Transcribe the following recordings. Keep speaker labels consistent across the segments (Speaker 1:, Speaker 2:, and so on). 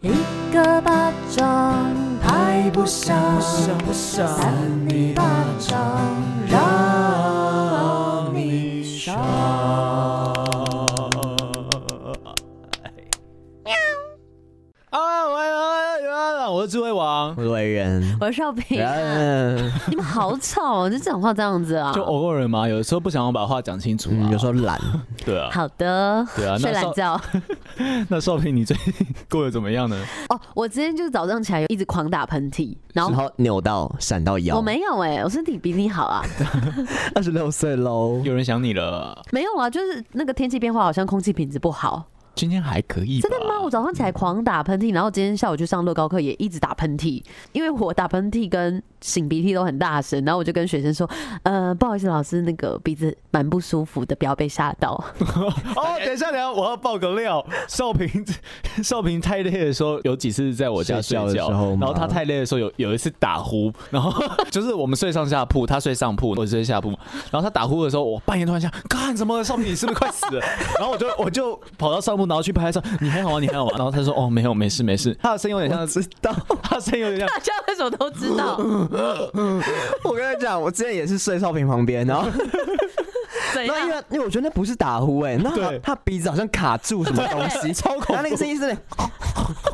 Speaker 1: 一个巴掌拍不响，三你巴掌让你爽。
Speaker 2: 啊！我是智慧王，
Speaker 3: 伟人，
Speaker 1: 我是少平，
Speaker 3: 嗯，
Speaker 1: 你们好吵哦，就讲话这样子啊
Speaker 2: 就？偶尔嘛，有时候不想要把话讲清楚啊，
Speaker 3: 有时候懒，
Speaker 2: 对啊。
Speaker 1: 好的，
Speaker 2: 对啊那
Speaker 1: 睡懒
Speaker 2: 少
Speaker 1: 觉。
Speaker 2: 那少平，你最近过得怎么样呢？
Speaker 1: 哦，我今天就早上起来一直狂打喷嚏，然
Speaker 3: 然
Speaker 1: 后
Speaker 3: 后扭到闪到腰，
Speaker 1: 哦我没有哎、我身体比你好啊，
Speaker 3: 二十六岁喽，
Speaker 2: 有人想你了，
Speaker 1: 没有啊，就是那个天气变化，好像空气品质不好。
Speaker 2: 今天还可以吧？
Speaker 1: 真的吗？我早上起来狂打喷嚏，然后今天下午去上乐高课也一直打喷嚏，因为我打喷嚏跟擤鼻涕都很大声，然后我就跟学生说，呃，不好意思，老师，那个鼻子蛮不舒服的，不要被吓到。
Speaker 2: 哦，等一下，等一下，我要爆个料。少平， 少平太累的时候，有几次在我家睡觉，
Speaker 3: 睡觉的时候吗
Speaker 2: 然后他太累的时候有有一次打呼，然后 就是我们睡上下铺，他睡上铺，我睡下铺，然后他打呼的时候，我半夜突然想，干什么了？少平，你是不是快死 了？然后我就我就跑到上铺，然后去拍他说你还好吗？你还好吗？然后他说哦，没有，没事没 事。他的声音有点像，
Speaker 3: 知道。
Speaker 2: 他的声音有点像。
Speaker 1: 大家为什么都知道？
Speaker 3: 我跟你讲，我之前也是睡少平旁 边，然后
Speaker 1: 怎
Speaker 3: 然后因
Speaker 1: 样？
Speaker 3: 为因为我觉得那不是打呼哎、那
Speaker 2: 对
Speaker 3: 他他鼻子好像卡住什么东 西，超恐怖。他那个声音是那 种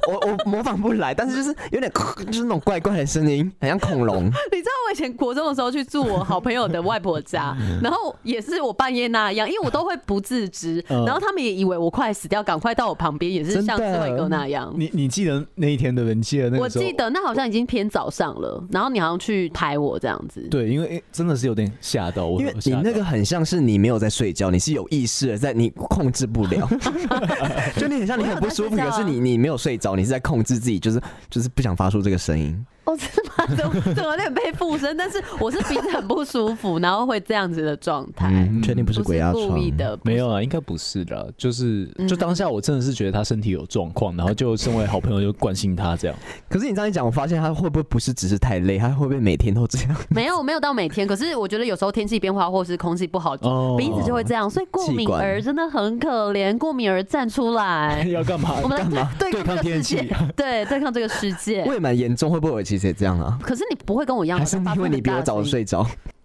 Speaker 3: 我我模仿不来，但是就是有点 就是那种怪怪的声音，很像恐龙。
Speaker 1: 你知道我以前国中的时候去住我好朋友的外婆家，然后也是我半夜那样，因为我都会不自知，
Speaker 2: 嗯
Speaker 1: 然后他们也以为我快死掉，赶快到我旁边，也是像
Speaker 3: 真
Speaker 1: 智
Speaker 3: 的
Speaker 1: 慧哥那样。
Speaker 2: 你你记得那一天对不对？你记得那
Speaker 1: 我
Speaker 2: 个时候？
Speaker 1: 记。得那好像已经偏早上了，然后你好像去拍我这样子。
Speaker 2: 对，因为、诶真的是有点吓到 我，
Speaker 3: 因为
Speaker 2: 我吓
Speaker 3: 你
Speaker 2: 到
Speaker 3: 那个很像是你没有在睡觉，你是有意识的在，你控制不 了， 就你很像你很不舒服，
Speaker 1: 我有在睡觉
Speaker 3: 可
Speaker 1: 啊
Speaker 3: 是你你没有睡着，你是在控制自己，就是就是不想发出这个声音。
Speaker 1: 我哦真的妈的，怎么有点被附身？但是我是鼻子很不舒服，然后会这样子的状态，
Speaker 3: 嗯，确定不
Speaker 1: 不
Speaker 3: 是鬼压床
Speaker 1: 故。意的，
Speaker 2: 没有啊，应该不是的，就是
Speaker 1: 嗯
Speaker 2: 就当下我真的是觉得他身体有状况，然后就身为好朋友就关心他这样。
Speaker 3: 可是你这样一讲，我发现他会不会不是只是太累，他会不会每天都这样？
Speaker 1: 没有没有到每天，可是我觉得有时候天气变化或是空气不好，
Speaker 2: 哦
Speaker 1: 鼻子就会这样，所以过敏
Speaker 3: 气管
Speaker 1: 儿真的很可怜，过敏儿站出 来，
Speaker 2: 要干嘛
Speaker 1: 我们来对对
Speaker 2: 对
Speaker 1: 抗
Speaker 2: 抗
Speaker 1: 这个世
Speaker 2: 天
Speaker 1: 界
Speaker 2: 气，
Speaker 1: 对对抗这个世界
Speaker 3: 我。也蛮严重，会不会我其实也这样啊？
Speaker 1: 可是你不会跟我一样，
Speaker 3: 还是
Speaker 1: 发
Speaker 3: 因
Speaker 1: 出
Speaker 3: 为你
Speaker 1: 很
Speaker 3: 比
Speaker 1: 大
Speaker 3: 我
Speaker 1: 的
Speaker 3: 早
Speaker 1: 声音
Speaker 3: 睡着？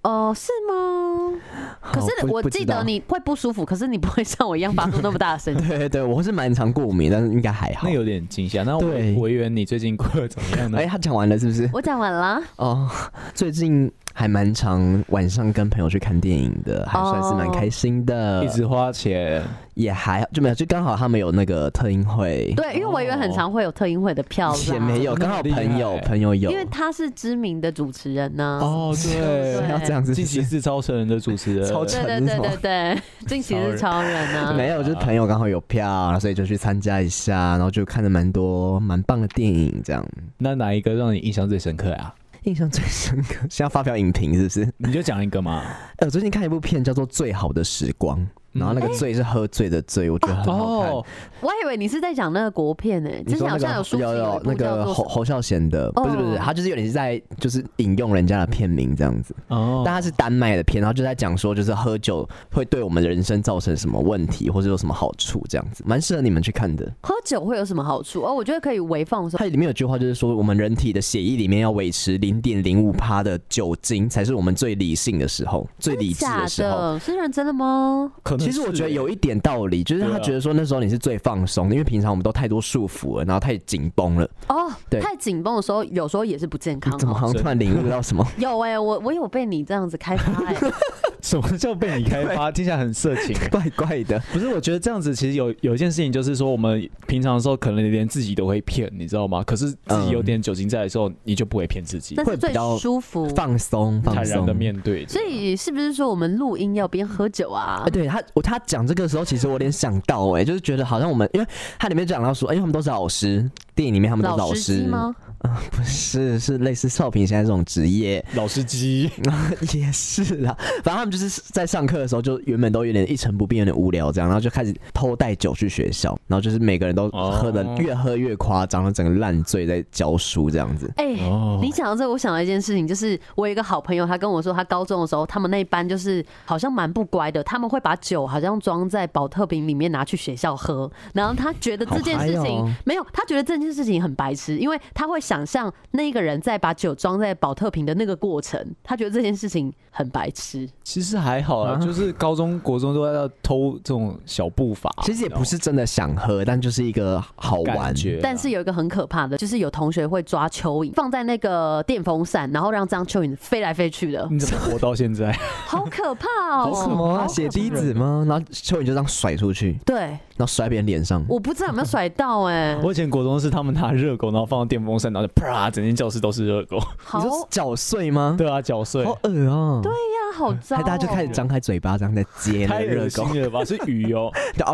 Speaker 1: 哦，是吗？可是
Speaker 3: 好不
Speaker 1: 我
Speaker 3: 不
Speaker 1: 记
Speaker 3: 知
Speaker 1: 得
Speaker 3: 道
Speaker 1: 你会不舒服，可是你不会像我一样发出那么大的 声音。
Speaker 3: 对对，我是蛮常过敏，但是应该还好
Speaker 2: 那。有点惊吓。那我
Speaker 3: 对
Speaker 2: 维园，你最近过得怎么样呢
Speaker 3: 哎、？他讲完了是不是？
Speaker 1: 我讲完了。
Speaker 3: 哦，最近还蛮常晚上跟朋友去看电影的，还算是蛮开心的。
Speaker 2: 一直花钱，
Speaker 3: 也还就没有，就刚好他们有那个特映会，
Speaker 1: 对，因为委员很常会有特映会的票啦，
Speaker 3: 哦也没有，
Speaker 2: 真的
Speaker 3: 刚好
Speaker 2: 很厉害
Speaker 3: 朋友朋友有
Speaker 1: 因，为他是知名的主持人呢、
Speaker 3: 嗯
Speaker 2: 哦，
Speaker 1: 对
Speaker 2: 对，
Speaker 3: 要这样子
Speaker 2: 近期是超成人的主持人，
Speaker 3: 啊超成
Speaker 1: 对对对对对， 近期是超人啊呢、
Speaker 3: 没有，就是朋友刚好有票，所以就去参加一下，然后就看了蛮多蛮棒的电影，这样
Speaker 2: 那哪一个让你印象最深刻啊？
Speaker 3: 印象最深刻。 现在发表影评是不是？
Speaker 2: 你就讲一个嘛。
Speaker 3: 哎，我最近看一部片叫做《最好的时光》，然后那个“醉”是喝醉的“醉”，我觉得很好看。
Speaker 2: 哦，
Speaker 1: 我还以为你是在讲那个国片呢、
Speaker 3: 你
Speaker 1: 之前
Speaker 3: 说
Speaker 1: 好
Speaker 3: 那
Speaker 1: 像
Speaker 3: 个
Speaker 1: 书籍
Speaker 3: 有
Speaker 1: 有一
Speaker 3: 有那
Speaker 1: 部叫
Speaker 3: 个
Speaker 1: 做
Speaker 3: 侯侯孝贤的，不是不
Speaker 1: 哦
Speaker 3: 是，他就是有点是在就是引用人家的片名这样子。
Speaker 2: 哦，
Speaker 3: 但它是丹麦的片，然后就在讲说，就是喝酒会对我们的人生造成什么问题，或者有什么好处，这样子，蛮适合你们去看的。
Speaker 1: 喝酒会有什么好处？哦，我觉得可以微放松。
Speaker 3: 它里面有句话就是说，我们人体的血液里面要维持零点零五趴的酒精，才是我们最理性的时候，最理智
Speaker 1: 假
Speaker 3: 的时候。
Speaker 1: 的，是认真的吗？
Speaker 2: 可能
Speaker 3: 其实我
Speaker 2: 是
Speaker 3: 觉得有一点道理，就是
Speaker 2: 对
Speaker 3: 他
Speaker 2: 啊
Speaker 3: 觉得说那时候你是最放松的，因为平常我们都太多束缚了，然后太紧绷了。
Speaker 1: 哦，
Speaker 3: 对
Speaker 1: 太紧绷的时候，有时候也是不健康、
Speaker 3: 怎么
Speaker 1: 哦。
Speaker 3: 好像突然领悟到什么？
Speaker 1: 有哎、我我有被你这样子开发 哎、
Speaker 2: 什么叫被你开发，听起来很色情。啊
Speaker 3: 怪怪的，
Speaker 2: 不是，我觉得这样子其实有有一件事情，就是说我们平常的时候可能连自己都会骗，你知道吗？可是自己有点酒精在的时候，你就不会骗自己
Speaker 1: 这，是
Speaker 3: 会比
Speaker 1: 最
Speaker 3: 较
Speaker 1: 舒服。
Speaker 3: 放
Speaker 2: 坦
Speaker 3: 松嗯放
Speaker 2: 然
Speaker 3: 松
Speaker 2: 的面对。
Speaker 1: 所以是不是说我们录音要边喝酒啊
Speaker 3: 哎、？对他，我他讲这个时候，其实我有点想到、欸哎，就是觉得好像我们，因为他里面讲到说，哎因为他们都是老师，电影里面他们都是
Speaker 1: 老
Speaker 3: 老
Speaker 1: 司机
Speaker 3: 师
Speaker 1: 吗？
Speaker 3: 呃 不是，是类似少平现在这种职业，
Speaker 2: 老司机，
Speaker 3: 也是啦。反正他们就是在上课的时候，就原本都有点一成不变，有点无聊这样，然后就开始偷带酒去学校，然后就是每个人都
Speaker 2: 哦
Speaker 3: 喝的越喝越夸张，然后整个烂醉在教书这样子。
Speaker 1: 哎、
Speaker 2: 哦
Speaker 1: 你讲到这个，我想到一件事情，就是我有一个好朋友，他跟我说，他高中的时候，他们那一班就是好像蛮不乖的，他们会把酒好像装在保特瓶里面拿去学校喝，然后他觉得这件事
Speaker 3: 好嗨
Speaker 1: 情、
Speaker 3: 哦
Speaker 1: 没有，他觉得这件事情很白痴，因为他会想象那个人在把酒装在保特瓶的那个过程，他觉得这件事情很白痴。
Speaker 2: 其实还好啊，就是高中、国中都在偷这种小步伐，
Speaker 3: 其实也不是真的想喝，但就是一个好玩
Speaker 2: 感。觉啊，
Speaker 1: 但是有一个很可怕的，就是有同学会抓蚯蚓放在那个电风扇，然后让这样蚯蚓飞来飞去的，
Speaker 2: 你怎么活到现 在？
Speaker 1: 好可怕哦、
Speaker 3: 什么血滴子吗？然后蚯蚓就这样甩出去，
Speaker 1: 对，
Speaker 3: 然后甩别人脸上。
Speaker 1: 我不知道有没有甩到哎、
Speaker 2: 我以前国中是他们拿热狗，然后放到电风扇，然后就啪，整间教室都是热狗。
Speaker 1: 好
Speaker 3: 你说搅碎吗？
Speaker 2: 对啊，搅碎，
Speaker 3: 好恶啊！对，
Speaker 1: 那好糟、
Speaker 3: 还
Speaker 1: 哦，
Speaker 3: 大家就开始张开嘴巴这样在接那
Speaker 2: 太
Speaker 3: 个
Speaker 2: 恶
Speaker 3: 热
Speaker 2: 心
Speaker 3: 狗。
Speaker 2: 了吧？是鱼哦。
Speaker 3: 啊，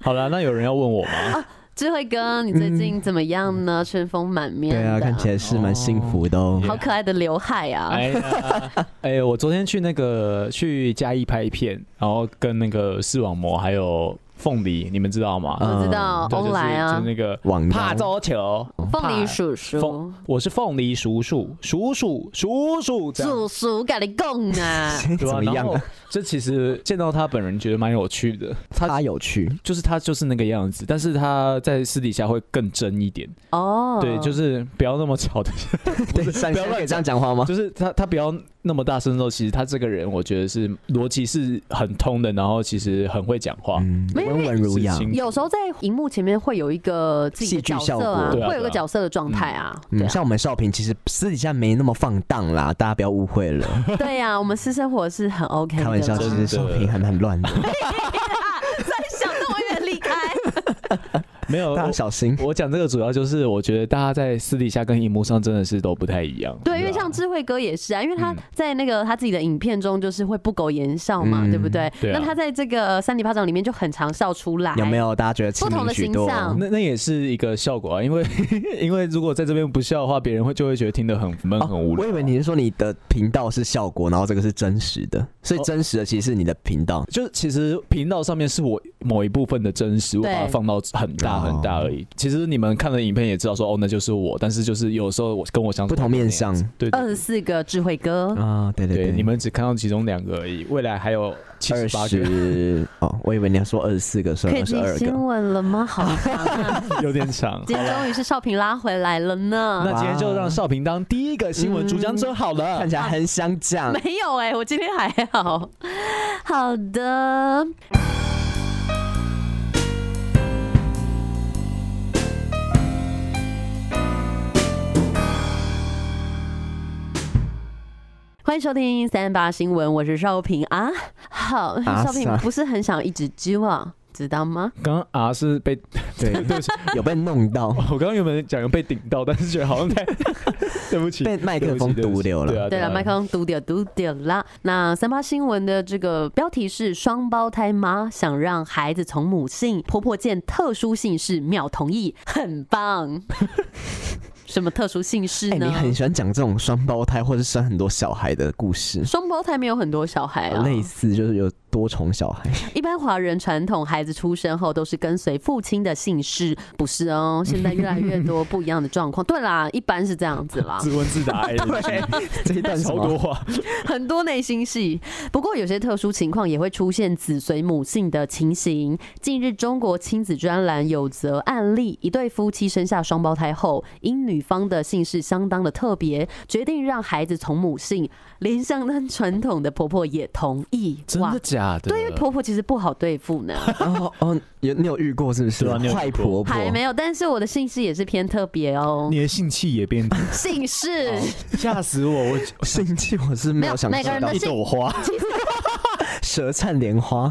Speaker 2: 好了，那有人要问我吗？
Speaker 1: 智慧哥，你最近怎么样呢？春风满面
Speaker 3: 嗯对
Speaker 1: 的，
Speaker 3: 啊，看起来是蛮幸福的哦。
Speaker 1: 好可爱的刘海啊！
Speaker 2: 哎 呀，哎，我昨天去那个去嘉义拍片，然后跟那个视网膜还有凤梨，你们知道吗？
Speaker 3: 嗯
Speaker 1: 我知道，
Speaker 2: 对
Speaker 1: 欧莱
Speaker 2: 就是
Speaker 1: 啊
Speaker 2: 就是，那个
Speaker 3: 网
Speaker 2: 怕
Speaker 3: 到
Speaker 2: 桌球，
Speaker 1: 凤梨
Speaker 2: 怕
Speaker 1: 叔叔
Speaker 2: 凤，，我是凤梨叔叔，叔叔叔叔这样。
Speaker 1: 叔叔跟你讲 啊，
Speaker 3: 怎
Speaker 2: 对啊
Speaker 3: 么样
Speaker 2: 然后
Speaker 3: 啊？
Speaker 2: 这其实见到他本人觉得蛮有趣的，
Speaker 3: 他有趣，
Speaker 2: 就是他就是那个样子，但是他在私底下会更真一点，
Speaker 3: 嗯
Speaker 1: 哦，
Speaker 2: 对，就是不要那么吵的，
Speaker 3: 对，上
Speaker 2: 不要
Speaker 3: 下
Speaker 2: 乱
Speaker 3: 可以这样讲话吗？
Speaker 2: 就是他他不要那么大声的时候，其实他这个人我觉得是逻辑是很通的，然后其实很会讲话，
Speaker 3: 嗯，
Speaker 1: 没有
Speaker 3: 温文儒雅
Speaker 2: 是。清
Speaker 1: 有时候在荧幕前面会有一个自己的角色啊
Speaker 3: 戏剧效果，
Speaker 2: 对啊
Speaker 1: 会有一个角色的状态啊，对
Speaker 3: 嗯，
Speaker 1: 啊
Speaker 3: 像我们少平其实私底下没那么放荡啦，大家不要误会了，
Speaker 1: 对呀，我们私生活是很 OK 哎的。
Speaker 3: 开玩笑，其
Speaker 2: 真
Speaker 3: 实
Speaker 2: 的
Speaker 3: 少平还蛮乱的，
Speaker 1: 再想到我远离开，
Speaker 2: 没有
Speaker 3: 大家
Speaker 2: 我
Speaker 3: 小心。
Speaker 2: 我讲这个主要就是我觉得大家在私底下跟荧幕上真的是都不太一样，
Speaker 1: 对，因为
Speaker 2: 啊
Speaker 1: 像智慧哥也是啊，因为他
Speaker 2: 嗯
Speaker 1: 在那个他自己的影片中就是会不苟言笑嘛，
Speaker 3: 嗯
Speaker 1: 对不对？
Speaker 2: 对啊
Speaker 1: 那他在这个呃三里巴掌里面就很常笑出来，
Speaker 3: 有没？有大家觉得
Speaker 1: 哎不
Speaker 3: 亲
Speaker 1: 同
Speaker 3: 民
Speaker 1: 的
Speaker 3: 许
Speaker 1: 形
Speaker 3: 多？
Speaker 1: 象
Speaker 2: 那那也是一个效果啊，因为 因为如果在这边不笑的话，别人会就会觉得听得很闷、很无
Speaker 3: 哦我
Speaker 2: 聊。啊
Speaker 3: 以为你是说你的频道是效果，然后这个是真实的，所以真实的其实是你的频道。
Speaker 2: 就是其实频道上面是我某一部分的真实，我
Speaker 1: 对
Speaker 2: 把它放到很
Speaker 3: 哦
Speaker 2: 大很大而已。其实你们看了影片也知道说哦，那就是我，但是就是有时候我跟我相处
Speaker 3: 不同面相
Speaker 2: 不是那样子对对
Speaker 1: 二十四个智慧哥，
Speaker 3: 啊，对对
Speaker 2: 对
Speaker 3: 对，
Speaker 2: 你们只看到其中两个而已，未来还有七
Speaker 3: 二
Speaker 2: 十八个，
Speaker 3: 十哦，我以为你要说二十四个，所
Speaker 1: 可
Speaker 3: 以
Speaker 1: 以
Speaker 3: 二啊十
Speaker 1: 进新
Speaker 3: 二个。
Speaker 1: 闻了吗？好长啊！
Speaker 2: 有点长。
Speaker 1: 今天终于是少平拉回来了呢。
Speaker 2: 那今天就让少平当第一个新闻主讲者好了
Speaker 3: 看。起来很想 讲，
Speaker 1: 没有哎、我今天还好。好的，欢迎收听三八新闻，我是少平啊。好，
Speaker 3: 啊
Speaker 1: 少平
Speaker 3: 啥
Speaker 1: 不是很想一直揪啊，知道吗？
Speaker 2: 刚刚啊是被
Speaker 3: 对， 有被弄到，
Speaker 2: 我刚刚原本讲被顶到，但是觉得好像太 对不起，啊
Speaker 3: 被麦克风毒瘤了。
Speaker 2: 了
Speaker 1: 对了，麦克风读掉读掉啦。那三八新闻的这个标题是“双胞胎妈想让孩子从母姓，婆婆见特殊姓氏秒同意，很 棒。”什么特殊姓氏
Speaker 3: 哎、
Speaker 1: 呢
Speaker 3: 你？很喜欢讲这种双胞胎或者生很多小孩的故事，
Speaker 1: 双胞胎没有很多小孩啊，
Speaker 3: 类似就是有多重小孩。
Speaker 1: 一般华人传统，孩子出生后都是跟随父亲的姓氏，不是哦？现在越来越多不一样的状况。对啦，一般是这样子啦。
Speaker 2: 自问自 答，对，
Speaker 3: 这一段是什
Speaker 2: 超
Speaker 3: 么
Speaker 2: 多话，
Speaker 1: 很多内心戏。不过有些特殊情况也会出现子随母姓的情形。近日，中国亲子专栏有则案例，一对夫妻生下双胞胎后，因女方的姓氏相当的特别，决定让孩子从母姓，连相当传统的婆婆也同意。
Speaker 2: 真的假的？
Speaker 1: 对，因为婆婆其实不好对付 呢，
Speaker 3: 哦哦，有你有遇过是不是？
Speaker 2: 对啊你有遇过
Speaker 3: 坏婆婆
Speaker 1: 还没有。但是我的姓氏也是偏特别哦，
Speaker 2: 你的性气也变低，
Speaker 1: 姓 氏
Speaker 3: 哦
Speaker 2: 吓死我！我
Speaker 3: 生气，我是没有想
Speaker 1: 没有每个
Speaker 3: 知
Speaker 1: 人
Speaker 3: 道
Speaker 1: 都
Speaker 2: 一朵花，
Speaker 3: 舌灿莲花，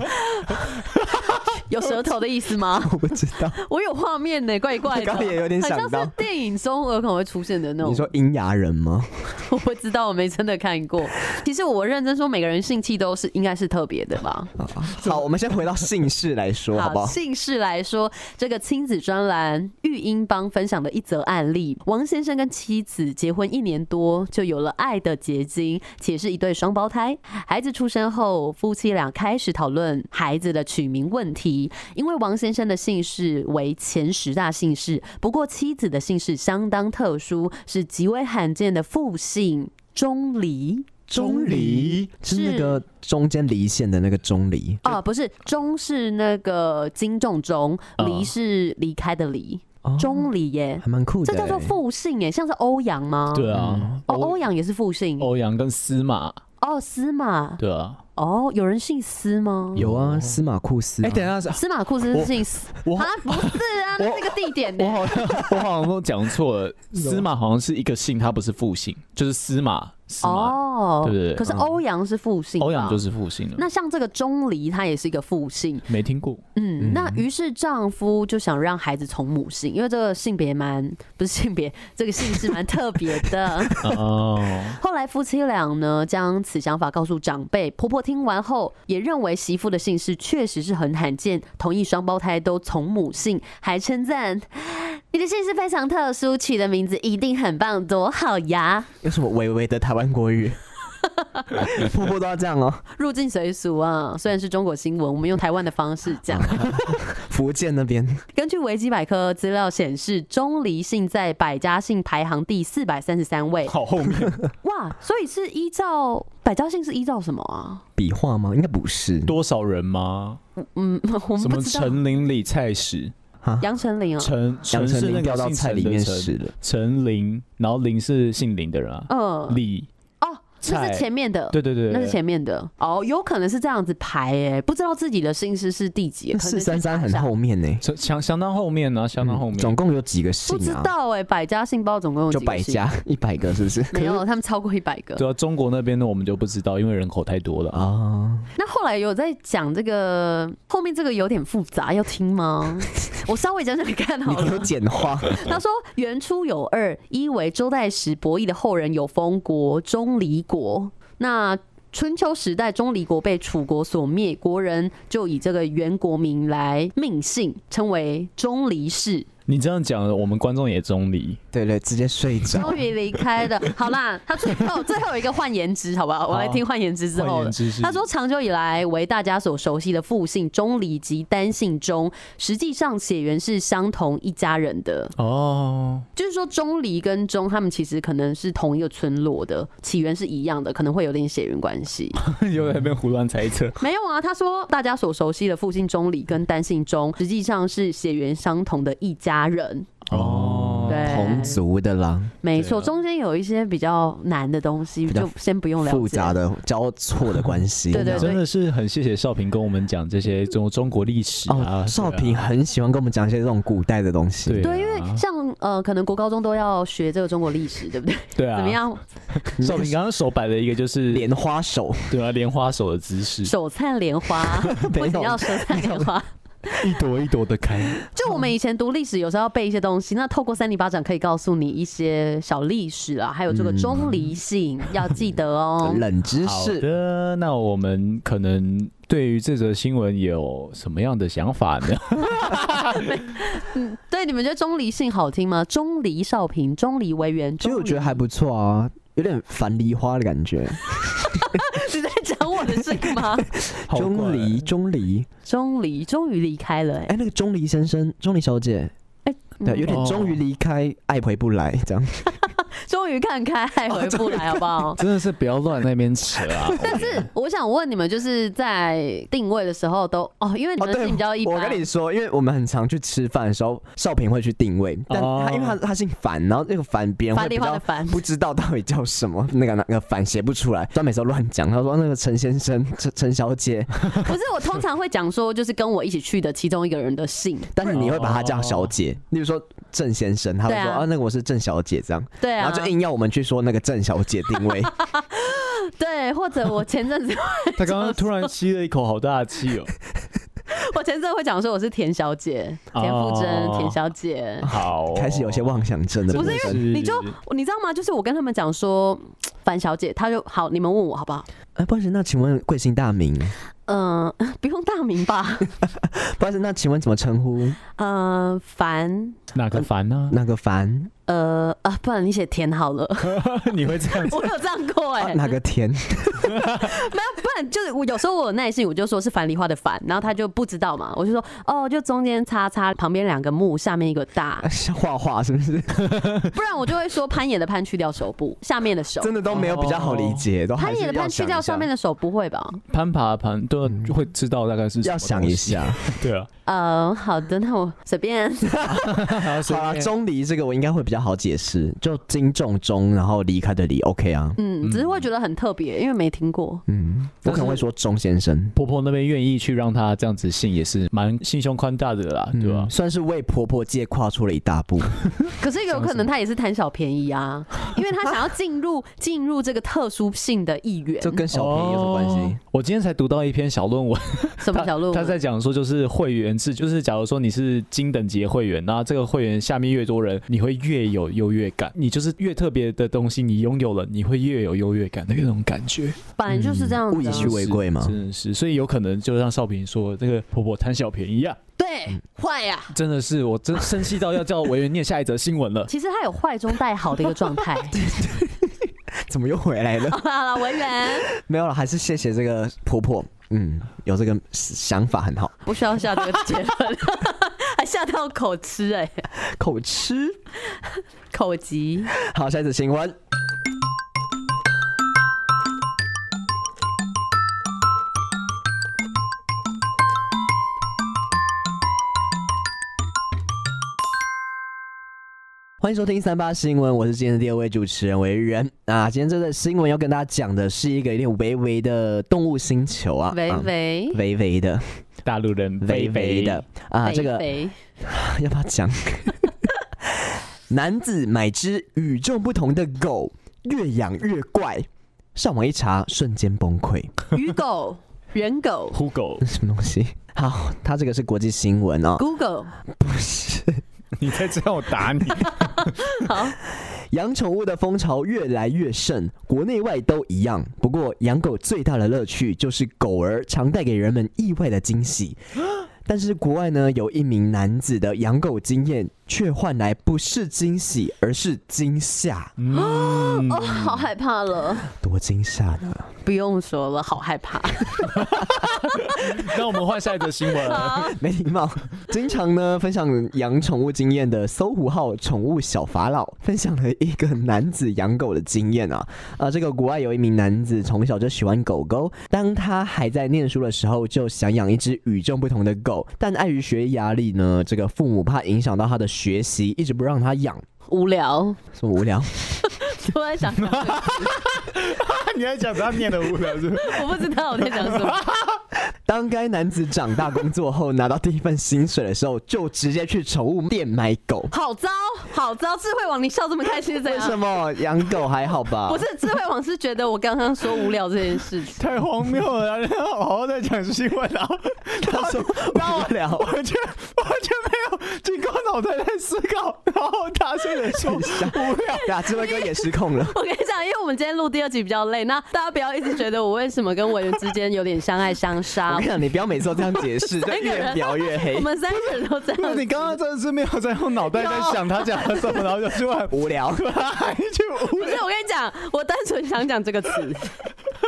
Speaker 1: 有舌头的意思吗？
Speaker 3: 我不知道，
Speaker 1: 我有画面呢、怪怪的，
Speaker 3: 我刚刚也有点想
Speaker 1: 很像
Speaker 3: 到
Speaker 1: 是电影中有可能会出现的那种。
Speaker 3: 你说阴牙人 吗？
Speaker 1: 我不知道，我没真的看过。其实我认真说，每个人性气都是应该是特别的吧。
Speaker 3: 啊好，我们先回到姓氏来说，好不好？
Speaker 1: 姓氏来说，这个亲子专栏育英帮分享的一则案例：王先生跟妻子结婚一年多，就有了爱的结晶，且是一对双胞胎。孩子出生后，夫妻俩开始讨论孩子的取名问题。因为王先生的姓氏为前十大姓氏，不过妻子的姓氏相当特殊，是极为罕见的复姓钟离。
Speaker 3: 钟离是那个中间离线的那个钟离，
Speaker 1: 哦，不是，钟是那个金重钟，
Speaker 2: 嗯
Speaker 1: 离是离开的离，
Speaker 3: 哦
Speaker 1: 钟离耶，
Speaker 3: 还蛮酷的
Speaker 1: 这叫
Speaker 3: 欸。
Speaker 1: 做复姓耶，像是欧阳吗？
Speaker 2: 对
Speaker 3: 嗯
Speaker 2: 啊，
Speaker 1: 哦，欧阳也是复姓
Speaker 2: 欧阳跟司马，
Speaker 1: 哦，司马
Speaker 2: 对啊。
Speaker 1: 哦，有人姓司吗？
Speaker 3: 有啊，司马库斯啊。
Speaker 2: 哎，等一下，
Speaker 1: 司马库斯是 姓司
Speaker 2: 我
Speaker 1: 啊？不是 啊，那是个地点
Speaker 2: 我
Speaker 1: 呢。
Speaker 2: 好像我好像都讲错 了，司马好像是一个姓，它不是复姓，就是司马司马，
Speaker 1: 哦，
Speaker 2: 对对对嗯
Speaker 1: 可是欧阳是复姓吧，
Speaker 2: 欧阳就是复姓了。
Speaker 1: 那像这个钟离，他也是一个复姓，
Speaker 2: 没听过，
Speaker 1: 嗯，那于是丈夫就想让孩子从母姓，因为这个性别蛮不是性别，这个姓氏蛮特别的。
Speaker 2: 哦，
Speaker 1: 后来夫妻俩呢，将此想法告诉长辈，婆婆听完后也认为媳妇的姓氏确实是很罕见，同意双胞胎都从母姓，还称赞你的姓氏非常特殊，取的名字一定很棒，多好呀！
Speaker 3: 有什么微微的台湾国语？ 婆婆都要这样哦，
Speaker 1: 入境随俗啊，虽然是中国新闻，我们用台湾的方式讲。
Speaker 3: 福建那边
Speaker 1: 根据维基百科资料显示，钟离姓在百家姓排行第四百三十三 位。
Speaker 2: 好后面
Speaker 1: 哇，所以是依照百家姓是依照什么啊？
Speaker 3: 笔画吗？应该不是，
Speaker 2: 多少人吗？
Speaker 1: 嗯，我们
Speaker 2: 什
Speaker 1: 不
Speaker 2: 么
Speaker 1: 知道。
Speaker 2: 陈林李蔡史，
Speaker 1: 杨丞琳啊，
Speaker 2: 陈
Speaker 3: 杨
Speaker 2: 陈
Speaker 3: 丞
Speaker 2: 是
Speaker 3: 琳
Speaker 2: 那
Speaker 3: 掉
Speaker 2: 个
Speaker 3: 到
Speaker 2: 姓
Speaker 3: 菜
Speaker 2: 陈
Speaker 3: 里
Speaker 2: 的
Speaker 3: 面
Speaker 2: 陈，
Speaker 3: 死了。
Speaker 2: 陈林，然后林是姓林的人啊，
Speaker 1: 嗯，
Speaker 2: 李，
Speaker 1: 哦，那
Speaker 2: 菜
Speaker 1: 是前面的，
Speaker 2: 对对对，
Speaker 1: 那是
Speaker 2: 对
Speaker 1: 前面的。哦，有可能是这样子排诶、不知道自己的姓氏是第几，可能
Speaker 3: 四三三
Speaker 1: 去查一
Speaker 3: 很
Speaker 1: 下。
Speaker 3: 后面呢、
Speaker 2: 相相相当后面啊呢，相当后
Speaker 3: 嗯
Speaker 2: 面，
Speaker 3: 总共有几个姓
Speaker 1: 不知
Speaker 3: 啊？
Speaker 1: 道诶、百家姓包总共有
Speaker 3: 就
Speaker 1: 几个
Speaker 3: 百
Speaker 1: 姓，
Speaker 3: 家一百个是不是？
Speaker 1: 没有，他们超过一百个。
Speaker 2: 对啊，中国那边呢我们就不知道，因为人口太多了啊。
Speaker 3: 啊，
Speaker 1: 那后来有在讲这个，后面这个有点复杂，要听 吗？我稍微讲讲看
Speaker 3: 你
Speaker 1: 好
Speaker 3: 给我
Speaker 1: 了。
Speaker 3: 简化。
Speaker 1: 他说：“原初有二，一为周代时伯夷的后人有封国、钟离国。那春秋时代，钟离国被楚国所灭，国人就以这个原国名来命姓，称为钟离氏。
Speaker 2: 你这样讲，我们观众也中立。
Speaker 3: 对对，直接睡着
Speaker 1: 终。于离开 了。好啦，他最后最后有一个换颜值，好不好？我来听换颜值之后
Speaker 2: 换
Speaker 1: 了
Speaker 2: 言。之是
Speaker 1: 他说，长久以来为大家所熟悉的复姓钟离及单姓钟，实际上血缘是相同一家人的。
Speaker 2: 哦，
Speaker 1: 就是说，钟离跟钟他们其实可能是同一个村落的，起源是一样的，可能会有点血缘关系。
Speaker 2: 又在那边胡乱猜测。
Speaker 1: 没有啊，他说大家所熟悉的复姓钟离跟单姓钟，实际上是血缘相同的一家人。
Speaker 2: 哦，
Speaker 1: 对，
Speaker 3: 同族的啦，
Speaker 1: 没错，
Speaker 2: 对啊
Speaker 1: 中间有一些比较难的东西，
Speaker 3: 比较
Speaker 1: 就先不用了解。
Speaker 3: 复杂的交错的关系。
Speaker 1: 对对
Speaker 2: 真的是很谢谢少平跟我们讲这些中中国历史啊。
Speaker 3: 哦，少平很喜欢跟我们讲一些这种古代的东西。
Speaker 2: 对啊
Speaker 1: 对，因为像呃，可能国高中都要学这个中国历史，对不对？
Speaker 2: 对啊，
Speaker 1: 怎么？样？
Speaker 2: 少平刚刚手摆了一个就是
Speaker 3: 莲花手，
Speaker 2: 对啊莲花手的姿势，
Speaker 1: 手灿莲花，
Speaker 3: 没有
Speaker 1: 为什么要手灿莲花？
Speaker 2: 一朵一朵的开。
Speaker 1: 就
Speaker 3: 嗯
Speaker 1: 我们以前读历史，有时候要背一些东西，那透过三里巴掌可以告诉你一些小历史啊，还有这个
Speaker 3: 嗯
Speaker 1: 钟离性、要记得 哦。
Speaker 3: 冷知
Speaker 2: 好
Speaker 3: 识。
Speaker 2: 的，那我们可能对于这则新闻有什么样的想法 呢？
Speaker 1: 嗯对，你们觉得钟离性好听吗？钟离少平，钟离为元，
Speaker 3: 其实我
Speaker 1: 钟离
Speaker 3: 觉得还不错啊，有点樊梨花的感觉。
Speaker 1: 是在讲我的事吗？
Speaker 2: 好
Speaker 3: 钟
Speaker 2: 怪
Speaker 3: 离，钟离，
Speaker 1: 钟离终于离开了、欸
Speaker 3: 哎，那个钟离先生，钟离小姐，
Speaker 1: 哎、
Speaker 3: 对，
Speaker 1: 哎，
Speaker 3: 有点
Speaker 2: 哦
Speaker 3: 终于离开，爱回不来这样。
Speaker 1: 终于看开，
Speaker 3: 哦
Speaker 1: 爱回不来，好不好？
Speaker 2: 真的是不要乱那边扯 啊！
Speaker 1: 但是我想问你们，就是在定位的时候都哦，因为你
Speaker 3: 哦，
Speaker 1: 们是
Speaker 3: 对，
Speaker 1: 比较一般，
Speaker 3: 我跟你说，因为我们很常去吃饭的时候，少平会去定位，但他因为他他姓樊，然后那个樊别人
Speaker 1: 发
Speaker 3: 会比
Speaker 1: 地方
Speaker 3: 较
Speaker 1: 的烦。
Speaker 3: 不知道到底叫什么，那个那个反写不出来，他每次都乱讲。他说那个陈先生、陈陈小姐，
Speaker 1: 不是，我通常会讲说，就是跟我一起去的其中一个人的姓。
Speaker 3: 但是你会把他叫小姐。例如说郑先生，他会
Speaker 1: 对
Speaker 3: 说
Speaker 1: 啊
Speaker 3: 啊那个我是郑小姐这样，
Speaker 1: 对
Speaker 3: 然
Speaker 1: 啊
Speaker 3: 后，就硬要我们去说那个郑小姐定位。
Speaker 1: 对，或者我前阵子，
Speaker 2: 他刚刚突然吸了一口好大的气哦，
Speaker 1: 我前阵会讲说我是田小姐，田馥甄，
Speaker 2: 哦
Speaker 1: 田小姐。
Speaker 2: 好，哦
Speaker 3: 开始有些妄想症的部
Speaker 1: 不
Speaker 3: 分，
Speaker 1: 是因为你就你知道吗？就是我跟他们讲说樊小姐，她就好，你们问我好不好？
Speaker 3: 哎，不好意思，那请问贵姓大名？
Speaker 1: 嗯、 不用大名吧？
Speaker 3: 不好意思，那请问怎么称呼？
Speaker 1: 嗯、樊
Speaker 2: 哪个烦呢？
Speaker 3: 那个啊凡？
Speaker 1: 呃啊，不然你写田好 了，
Speaker 2: 你会这样子？
Speaker 1: 我有这样过哎、
Speaker 3: 啊那个田？
Speaker 1: 没有，不然就是我有时候我有耐性，我就说是樊梨花的樊，然后他就不知道嘛，我就说哦，就中间叉叉，旁边两个木，下面一个大，
Speaker 3: 像画画是不是？
Speaker 1: 不然我就会说 攀岩的攀去掉手部，下面的手，
Speaker 3: 真的都没有比较好理解，都哦还
Speaker 1: 攀
Speaker 3: 是
Speaker 1: 岩的攀去掉上面
Speaker 3: 的，
Speaker 1: 的手不会吧？
Speaker 2: 攀爬攀都会知道大概是什么
Speaker 3: 要想一下。
Speaker 2: 东西， 对啊。
Speaker 1: 呃，好的，那我随便。
Speaker 3: 好啊
Speaker 2: 啊
Speaker 3: 啦，钟离这个我应该会比较好解释，就金重钟，然后离开的离，OK 啊。
Speaker 1: 嗯，只是会觉得很特别，因为没听过。
Speaker 3: 嗯，我
Speaker 2: 但是
Speaker 3: 可能会说钟先生，
Speaker 2: 婆婆那边愿意去让她这样子信，也是蛮心胸宽大的啦，对啊吧
Speaker 3: 嗯？算是为婆婆界跨出了一大步。
Speaker 1: 可是有可能他也是贪小便宜啊，因为他想要进入进入这个特殊性的一员
Speaker 3: 这。跟小便宜有什么关系
Speaker 2: 哦？我今天才读到一篇小论文，
Speaker 1: 什么小路？
Speaker 2: 他在讲说，就是会员制，就是假如说你是金等级的会员，那这个会员下面越多人，你会越有优越感。你就是越特别的东西，你拥有了，你会越有优越感的那种感觉。
Speaker 1: 本来就是这样
Speaker 3: 嗯物
Speaker 1: 子
Speaker 3: 以
Speaker 1: 啊、
Speaker 3: 虚为贵嘛。
Speaker 2: 真的是，所以有可能就让少平说这个婆婆贪小便宜啊，
Speaker 1: 对，坏啊呀、
Speaker 2: 真的是我真生气到要叫委员念下一则新闻了。
Speaker 1: 其实他有坏中带好的一个状态。
Speaker 3: 怎么又回来 了？
Speaker 1: 好了，文员
Speaker 3: 没有了，还是谢谢这个婆婆。嗯，有这个想法很好，
Speaker 1: 不需要下这个结论， 还吓到口吃哎、
Speaker 3: 口吃。
Speaker 1: 口急。
Speaker 3: 好，下一则新闻。欢迎收听三八新闻，我是今天的第二位主持人维仁。啊，今天这个新闻要跟大家讲的是一个有点微微的动物星球啊，
Speaker 1: 喂
Speaker 3: 嗯
Speaker 1: 喂，
Speaker 3: 微微的
Speaker 2: 大陆人
Speaker 3: 微微的啊，这个
Speaker 1: 肥肥
Speaker 3: 要不要讲？男子买只与众不同的狗，越养越怪。上网一查，瞬间崩溃。
Speaker 1: 鱼狗、人狗、
Speaker 2: 呼狗，
Speaker 3: 什么东西？好，它这个是国际新 闻哦。
Speaker 1: Google，
Speaker 3: 不是，
Speaker 2: 你再这样我打你。
Speaker 1: 好，
Speaker 3: 养宠物的风潮越来越盛，国内外都一样。不过，养狗最大的乐趣就是狗儿常带给人们意外的惊喜。但是，国外呢有一名男子的养狗经验，却换来不是惊喜，而是惊吓。
Speaker 2: 嗯
Speaker 1: 哦，好害怕了，
Speaker 3: 多惊吓呢？
Speaker 1: 不用说了，好害怕。
Speaker 2: 那我们换下一则新闻。
Speaker 3: 没礼貌。 经常呢分享养宠物经验的搜狐号宠物小法老分享了一个男子养狗的经验啊啊，这个国外有一名男子从小就喜欢狗狗，当他还在念书的时候就想养一只与众不同的狗，但碍于学业压力呢，这个父母怕影响到他的学习，一直不让他养。
Speaker 1: 无聊，
Speaker 3: 这么无聊，
Speaker 1: 突然想 到，
Speaker 2: 你在讲他念的无聊是不是？
Speaker 1: 我不知道我在讲什么。
Speaker 3: 当该男子长大工作后拿到第一份薪水的时候，就直接去宠物店买狗。
Speaker 1: 好糟，好糟！智慧王，你笑这么开心是怎
Speaker 3: 为什
Speaker 1: 样？
Speaker 3: 么养狗还好吧？
Speaker 1: 啊不是智慧王是觉得我刚刚说无聊这件事情，
Speaker 2: 太荒谬了！然后好好在讲新闻，然后
Speaker 3: 他说无聊，
Speaker 2: 完全完全没有经过脑袋在思考，然后大声的 说无聊。
Speaker 3: 呀，智慧哥也失控了。
Speaker 1: 我跟你讲，因为我们今天录第二集比较累，那大家不要一直觉得我为什么跟委员之间有点相爱相
Speaker 3: 我
Speaker 1: 杀
Speaker 3: 跟你。讲，你不要每次都这样解 释，就越描越黑
Speaker 1: 我。们三个人都这
Speaker 2: 因为
Speaker 1: 样，
Speaker 2: 你刚刚真的是没有在用脑袋在想他讲了什么，然后就突然
Speaker 3: 无聊，
Speaker 2: 来一句无
Speaker 1: 不是
Speaker 2: 聊。
Speaker 1: 我跟你讲，我单纯想讲这个 词，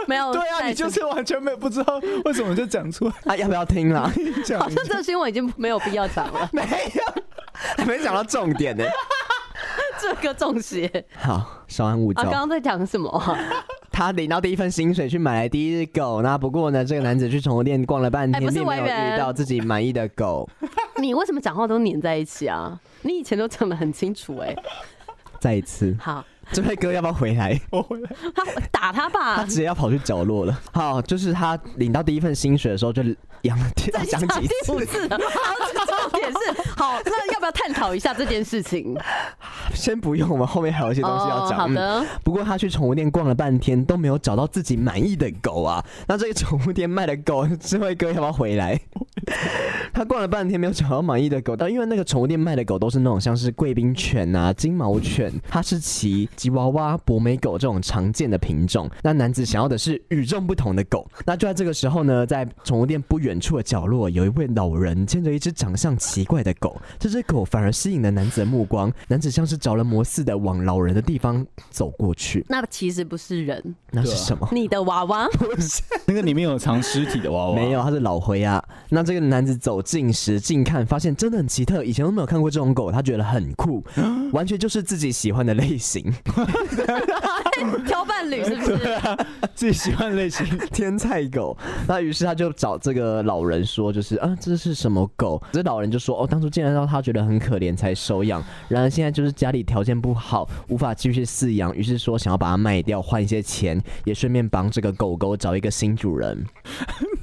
Speaker 1: 没有。
Speaker 2: 对啊，
Speaker 1: 再
Speaker 2: 你就是完全没有不知道为什么就讲出来
Speaker 3: 啊，要不要听啦？
Speaker 2: 讲
Speaker 1: 好
Speaker 2: 一
Speaker 1: 像
Speaker 2: 下。
Speaker 1: 这个新闻已经没有必要讲 了，
Speaker 3: 没有，还没讲到重点呢。
Speaker 1: 这个中邪
Speaker 3: 好，稍安勿
Speaker 1: 啊！刚
Speaker 3: 躁。
Speaker 1: 刚在讲什么啊？
Speaker 3: 他领到第一份薪水去买来第一只狗，那不过呢，这个男子去宠物店逛了半
Speaker 1: 哎不
Speaker 3: 天，
Speaker 1: 是
Speaker 3: 并没有
Speaker 1: 委员
Speaker 3: 遇到自己满意的狗。
Speaker 1: 你为什么讲话都黏在一起啊？你以前都讲的很清楚哎、
Speaker 3: 再一次，
Speaker 1: 好，
Speaker 3: 这位哥要不要回来？
Speaker 2: 我回来，
Speaker 1: 他打他
Speaker 3: 他
Speaker 1: 吧，
Speaker 3: 直接要跑去角落了。好，就是他领到第一份薪水的时候就养了第，要讲几
Speaker 1: 第五
Speaker 3: 次？
Speaker 1: 次了。好，这重点是好，那要不要探讨一下这件事情？
Speaker 3: 先不用，我们后面还有一些东西要
Speaker 1: 哦，
Speaker 3: 讲。
Speaker 1: 好
Speaker 3: 嗯
Speaker 1: 的，
Speaker 3: 不过他去宠物店逛了半天都没有找到自己满意的狗啊。那这个宠物店卖的狗，智慧哥要不要回来？ 他逛了半天没有找到满意的狗，但因为那个宠物店卖的狗都是那种像是贵宾犬啊、金毛犬、哈士奇、吉娃娃、博美狗这种常见的品种。那男子想要的是与众不同的狗。那就在这个时候呢，在宠物店不远处的角落，有一位老人牵着一只长相奇怪的狗。这只狗反而吸引了男子的目光，男子像是着了魔似的往老人的地方走过去。
Speaker 1: 那其实不是人，
Speaker 3: 那是
Speaker 2: 对啊
Speaker 3: 什么？
Speaker 1: 你的娃娃。
Speaker 2: 那个里面有藏尸体的娃娃，
Speaker 3: 没有，他是老灰啊。那这个男子走近时近看，发现真的很奇特，以前都没有看过这种狗，他觉得很 酷，完全就是自己喜欢的类型，
Speaker 1: 挑伴侣是不是？
Speaker 2: 自己喜欢的类型。
Speaker 3: 天菜狗。那于是他就找这个老人说，就是啊，这是什么狗？这老人就说，哦，当初见得到他觉得很可怜才收养，然而现在就是家里条件不好，无法继续饲养，于是说想要把它卖掉换一些钱，也顺便帮这个狗狗找一个新主人。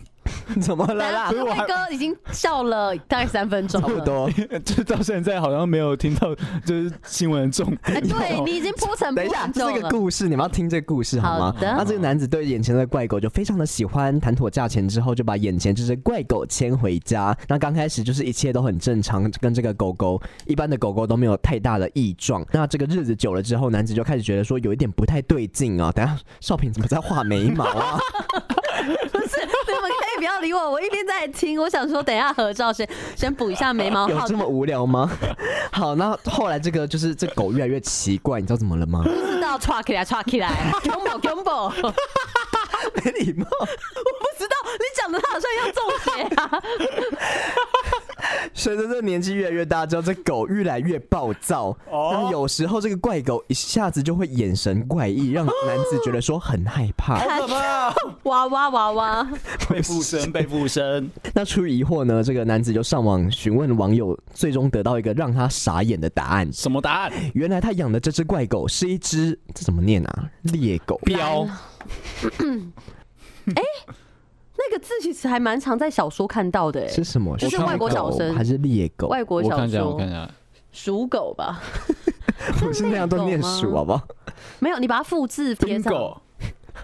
Speaker 3: 怎么 了啦？
Speaker 2: 所以我还
Speaker 1: 辉哥已经笑了大概三分钟
Speaker 3: 差不
Speaker 1: 了。
Speaker 3: 多。
Speaker 2: 就到现在好像没有听到，就是新闻的重
Speaker 1: 哎，
Speaker 2: 点。
Speaker 1: 对你已经铺 陈
Speaker 3: 等一
Speaker 1: 铺
Speaker 3: 下，
Speaker 1: 很
Speaker 3: 这
Speaker 1: 久
Speaker 3: 是个
Speaker 1: 了。
Speaker 3: 故事，你们要听这个故事好吗
Speaker 1: 好？的
Speaker 3: 那这个男子对眼前的怪狗就非常的喜欢，谈妥价钱之后，就把眼前这只怪狗牵回家。那刚开始就是一切都很正常，跟这个狗狗一般的狗狗都没有太大的异状。那这个日子久了之后，男子就开始觉得说有一点不太对劲啊。等一下，少平怎么在画眉毛 啊？
Speaker 1: 不是，你们可以不要理我，我一边在听，我想说等一下合照先先补一下眉毛。
Speaker 3: 有
Speaker 1: 好
Speaker 3: 这么无聊吗？ 好，那后来这个就是这狗越来越奇怪，你知道怎么了吗？
Speaker 1: 知道，try 起来，try 起来，combo combo。我
Speaker 3: 没礼貌。
Speaker 1: 不知道你讲的，他好像要中邪啊。
Speaker 3: 随着这年纪越来越大，之后这狗越来越暴躁，
Speaker 2: 哦
Speaker 3: 那有时候这个怪狗一下子就会眼神怪异，让男子觉得说很害
Speaker 1: 哦
Speaker 3: 怕。
Speaker 2: 好可怕！啊
Speaker 1: 娃娃娃娃，
Speaker 2: 被附身，被附身。
Speaker 3: 那出于疑惑呢，这个男子就上网询问网友，最终得到一个让他傻眼的答案。
Speaker 2: 什么答案？
Speaker 3: 原来他养的这只怪狗是一只这怎么念啊？猎狗。
Speaker 2: 标
Speaker 1: 那个字其实还蛮常在小说看到的，
Speaker 3: 是什么？
Speaker 1: 就是
Speaker 3: 是
Speaker 1: 外国小生
Speaker 3: 还是猎狗？
Speaker 1: 外国
Speaker 2: 我
Speaker 1: 小
Speaker 2: 看一下，我
Speaker 1: 说
Speaker 2: 看一下。
Speaker 1: 属狗吧？
Speaker 3: 不是那样都念
Speaker 1: 猎
Speaker 3: 鼠
Speaker 1: 狗吗
Speaker 3: 好不好？
Speaker 1: 没有，你把它复制贴上。
Speaker 2: bingo，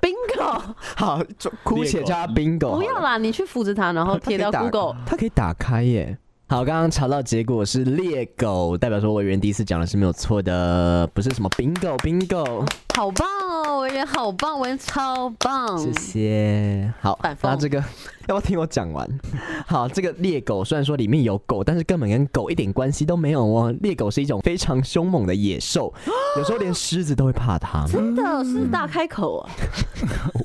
Speaker 1: bingo，
Speaker 3: 好，就姑且叫它 bingo 哦好了。
Speaker 1: 不要啦，你去扶着它，然后 贴到 Google。
Speaker 3: 它可以打开耶。好，刚刚查到结果是猎狗，代表说我原第一次讲的是没有错的，不是什么 bingo bingo，、
Speaker 1: 好棒哦，文员好棒，文员超棒。
Speaker 3: 谢谢。好
Speaker 1: 嗯反，讽
Speaker 3: 那这个 要不要听我讲完？好，这个猎狗虽然说里面有狗，但是根本跟狗一点关系都没有哦。猎狗是一种非常凶猛的 野兽，有时候连狮子都会怕它，
Speaker 1: 真的是大开口啊！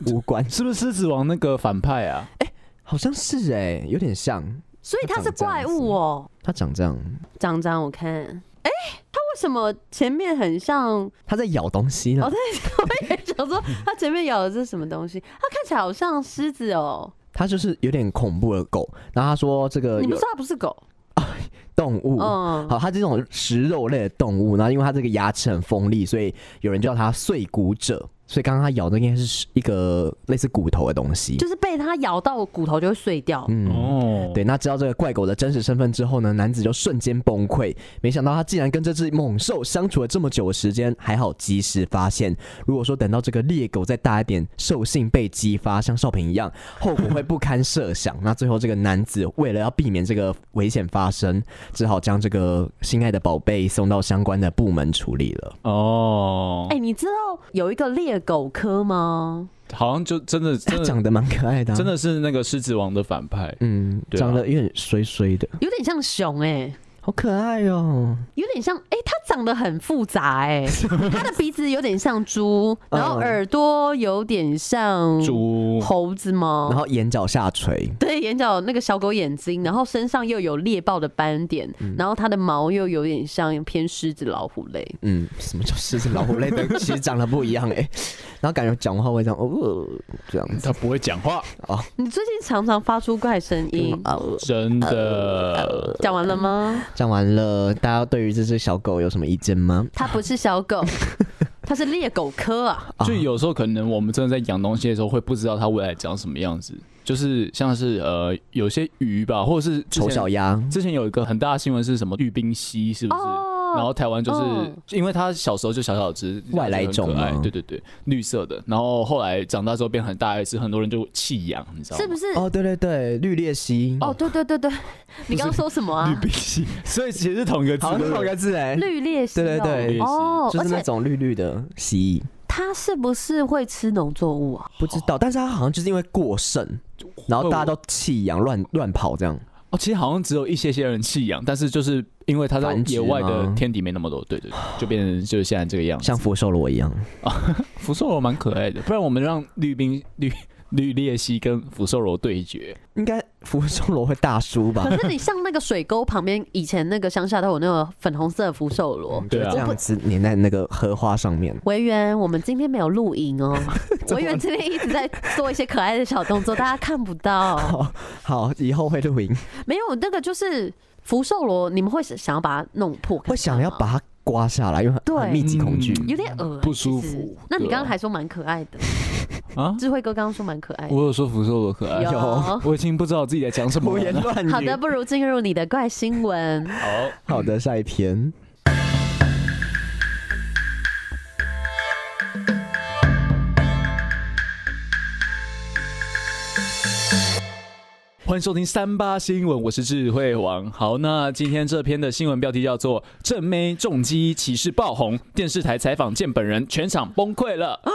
Speaker 3: 无关。
Speaker 2: 是不是狮子王那个反派啊？
Speaker 3: 好像是哎、有点像，
Speaker 1: 所以它是怪物哦。
Speaker 3: 它长这样，
Speaker 1: 张张，我看，哎、它为什么前面很像？
Speaker 3: 它在咬东 西
Speaker 1: 我
Speaker 3: 呢。
Speaker 1: 在我也想说，它前面咬的是什么东西？它看起来好像狮子哦。
Speaker 3: 它就是有点恐怖的狗。然后他说这个
Speaker 1: 你们
Speaker 3: 呃有
Speaker 1: 说它不是狗？
Speaker 3: 动物，
Speaker 1: 嗯，
Speaker 3: 好，它这种食肉类的动物，然后因为它这个牙齿很锋利，所以有人叫它碎骨者。所以刚刚它咬的应该是一个类似骨头的东西。
Speaker 1: 就是被它咬到骨头就会碎掉。
Speaker 3: 嗯，
Speaker 2: 哦，
Speaker 3: 对。那知道这个怪狗的真实身份之后呢，男子就瞬间崩溃。没想到他竟然跟这只猛兽相处了这么久的时间，还好及时发现。如果说等到这个猎狗再大一点，兽性被激发，像少平一样，后果会不堪设想。那最后这个男子为了要避免这个危险发生，只好将这个心爱的宝贝送到相关的部门处理了。
Speaker 2: 哦
Speaker 1: 哎、，你知道有一个猎狗科吗？
Speaker 2: 好像就真的
Speaker 3: 他
Speaker 2: 真的
Speaker 3: 长得蛮可爱的、啊
Speaker 2: 真。的是那个狮子王的反派。
Speaker 3: 嗯，
Speaker 2: 对啊
Speaker 3: 长得有点衰衰的，
Speaker 1: 有点像熊哎、
Speaker 3: 好可爱哦、
Speaker 1: 有点像，哎、它长得很复杂 哎、它的鼻子有点像猪，然后
Speaker 3: 嗯
Speaker 1: 耳朵有点像
Speaker 2: 猪
Speaker 1: 猴子吗？
Speaker 3: 然后眼角下垂，
Speaker 1: 对，眼角那个小狗眼睛，然后身上又有猎豹的斑点，
Speaker 3: 嗯
Speaker 1: 然后它的毛又有点像偏狮子、老虎类。
Speaker 3: 嗯，什么叫狮子老虎类的？其实长得不一 样哎、然后感觉讲话会这样，哦，这样子
Speaker 2: 他不会讲话，
Speaker 1: 你最近常常发出怪声音，
Speaker 3: 哦。
Speaker 2: 真的。
Speaker 1: 讲完了吗？
Speaker 3: 讲完了，大家对于这只小狗有什么意见吗？
Speaker 1: 它不是小狗，它是猎狗科啊，
Speaker 2: 就有时候可能我们真的在养东西的时候，会不知道它未来长什么样子。就是像是呃，有些鱼吧，或者是之
Speaker 3: 丑
Speaker 2: 前
Speaker 3: 小鸭，
Speaker 2: 之前有一个很大的新闻是什么玉冰蜥，是不是？
Speaker 1: 哦
Speaker 2: 然后台湾就是、
Speaker 1: 嗯
Speaker 2: 因为它小时候就小小只，
Speaker 3: 外来种
Speaker 2: 很可爱
Speaker 3: 吗
Speaker 2: 对对对，绿色的。然后后来长大之后变很大一只，很多人就弃养，你知道吗？
Speaker 1: 是不是？
Speaker 3: 哦，对对对，绿鬣蜥，
Speaker 1: 哦，对对对对，你刚刚说什么
Speaker 2: 绿
Speaker 1: 啊？
Speaker 2: 冰蜥，所以其实是同一个字。
Speaker 3: 好像是同一个字哎，
Speaker 1: 绿鬣蜥哦，
Speaker 3: 对对对
Speaker 1: 哦，
Speaker 3: 就
Speaker 1: 而
Speaker 3: 是那
Speaker 1: 且
Speaker 3: 种绿绿的蜥蜴，
Speaker 1: 它是不是会吃农作物啊？
Speaker 3: 不知道，但是它好像就是因为过剩，然后大家都弃养乱乱跑这样，
Speaker 2: 哦，其实好像只有一些些人弃养，但是就是因为它在
Speaker 3: 繁殖
Speaker 2: 野外的
Speaker 3: 吗
Speaker 2: 天敌没那么多，对对对，就变成就是现在这个样子。
Speaker 3: 像福寿螺一样。
Speaker 2: 福寿螺蛮可爱的，不然我们让绿冰 绿绿鬣蜥跟福寿螺对决。
Speaker 3: 应该福寿螺会大叔 吧？
Speaker 1: 可是你 像那个水沟旁边，以前那个乡下都有那种粉红色的福寿螺。
Speaker 2: 对
Speaker 3: 这
Speaker 2: 啊，
Speaker 3: 样子粘在那个荷花上面，
Speaker 1: 维园，我们今天没有录影 哦。维园今天一直在做一些可爱的小动作，大家看不到。
Speaker 3: 好，哦好，以后会录影，
Speaker 1: 没有那个就是福寿螺，你们会想要把它弄破看看吗？
Speaker 3: 会想要把它刮下来，因为很
Speaker 1: 对
Speaker 3: 很密集恐惧。
Speaker 2: 嗯
Speaker 1: 有点恶啊
Speaker 2: 不舒服
Speaker 1: 那你
Speaker 2: 对啊
Speaker 1: 刚刚还说蛮可爱的，
Speaker 2: 啊，
Speaker 1: 智慧哥刚刚说蛮可爱的。
Speaker 2: 我有说福寿螺可爱，
Speaker 1: 有
Speaker 2: 我已经不知道自己在讲什么
Speaker 3: 胡言
Speaker 2: 了。
Speaker 3: 乱语。
Speaker 1: 好的，，不如进入你的怪新闻。
Speaker 2: 好，
Speaker 3: 好的，下一篇。
Speaker 2: 欢迎收听三八新闻，我是智慧王。好，那今天这篇的新闻标题叫做“正妹重击骑士爆红，电视台采访见本人，全场崩溃了”。
Speaker 1: 呃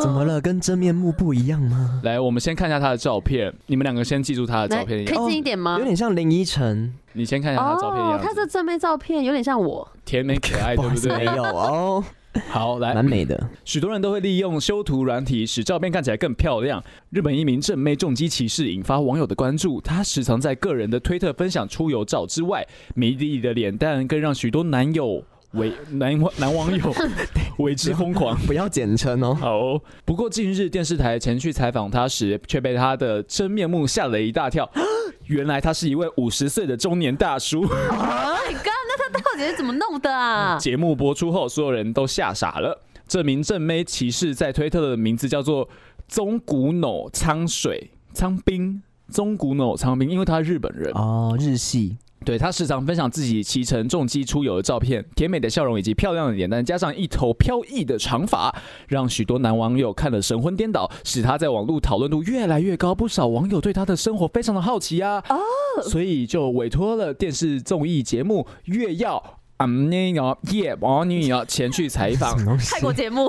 Speaker 3: 怎么了？跟真面目不一样吗？
Speaker 2: 来，我们先看一下她的照片，你们两个先记住她的
Speaker 1: 来，
Speaker 2: 照片哦
Speaker 1: 可以
Speaker 2: 的样子。
Speaker 1: 近一点吗哦
Speaker 3: 有？点像林依晨，
Speaker 2: 你先看一下她的照片的样
Speaker 1: 他
Speaker 2: 子，
Speaker 1: 这正面照片有点像我，
Speaker 2: 甜美可爱，
Speaker 3: 不
Speaker 2: 哎对
Speaker 3: 好意
Speaker 2: 不
Speaker 3: 思，没
Speaker 2: 对？哎
Speaker 3: 有哦，
Speaker 2: 好，来，
Speaker 3: 蛮美的。
Speaker 2: 许多人都会利用修图软体使照片看起来更漂亮。日本一名正妹重击骑士引发网友的关注，她时常在个人的推特分享出游照之外，迷离的脸蛋更让许多男友为男男网友 为之疯狂。
Speaker 3: 不要简称哦。
Speaker 2: 好哦、不过近日电视台前去采访她时，却被她的真面目吓了一大跳。 原来他是一位五十岁的中年大叔。
Speaker 1: Oh my god！那他到底是怎么弄的啊？
Speaker 2: 节目播出后，所有人都吓傻了。这名正妹骑士在推特的名字叫做宗古脑苍水苍兵。宗古脑苍兵，因为他是日本人，
Speaker 3: 哦，日系
Speaker 2: 对他时常分享自己骑乘重机出游的照片，甜美的笑容以及漂亮的脸蛋，加上一头飘逸的长发，让许多男网友看了神魂颠倒，使他在网络讨论度越来越高。不少网友对他的生活非常的好奇啊，哦，所以就委托了电视综艺节目《越要》。啊，那个夜王女啊，前去采 访哎
Speaker 3: 什，么东西
Speaker 1: 泰？国节目，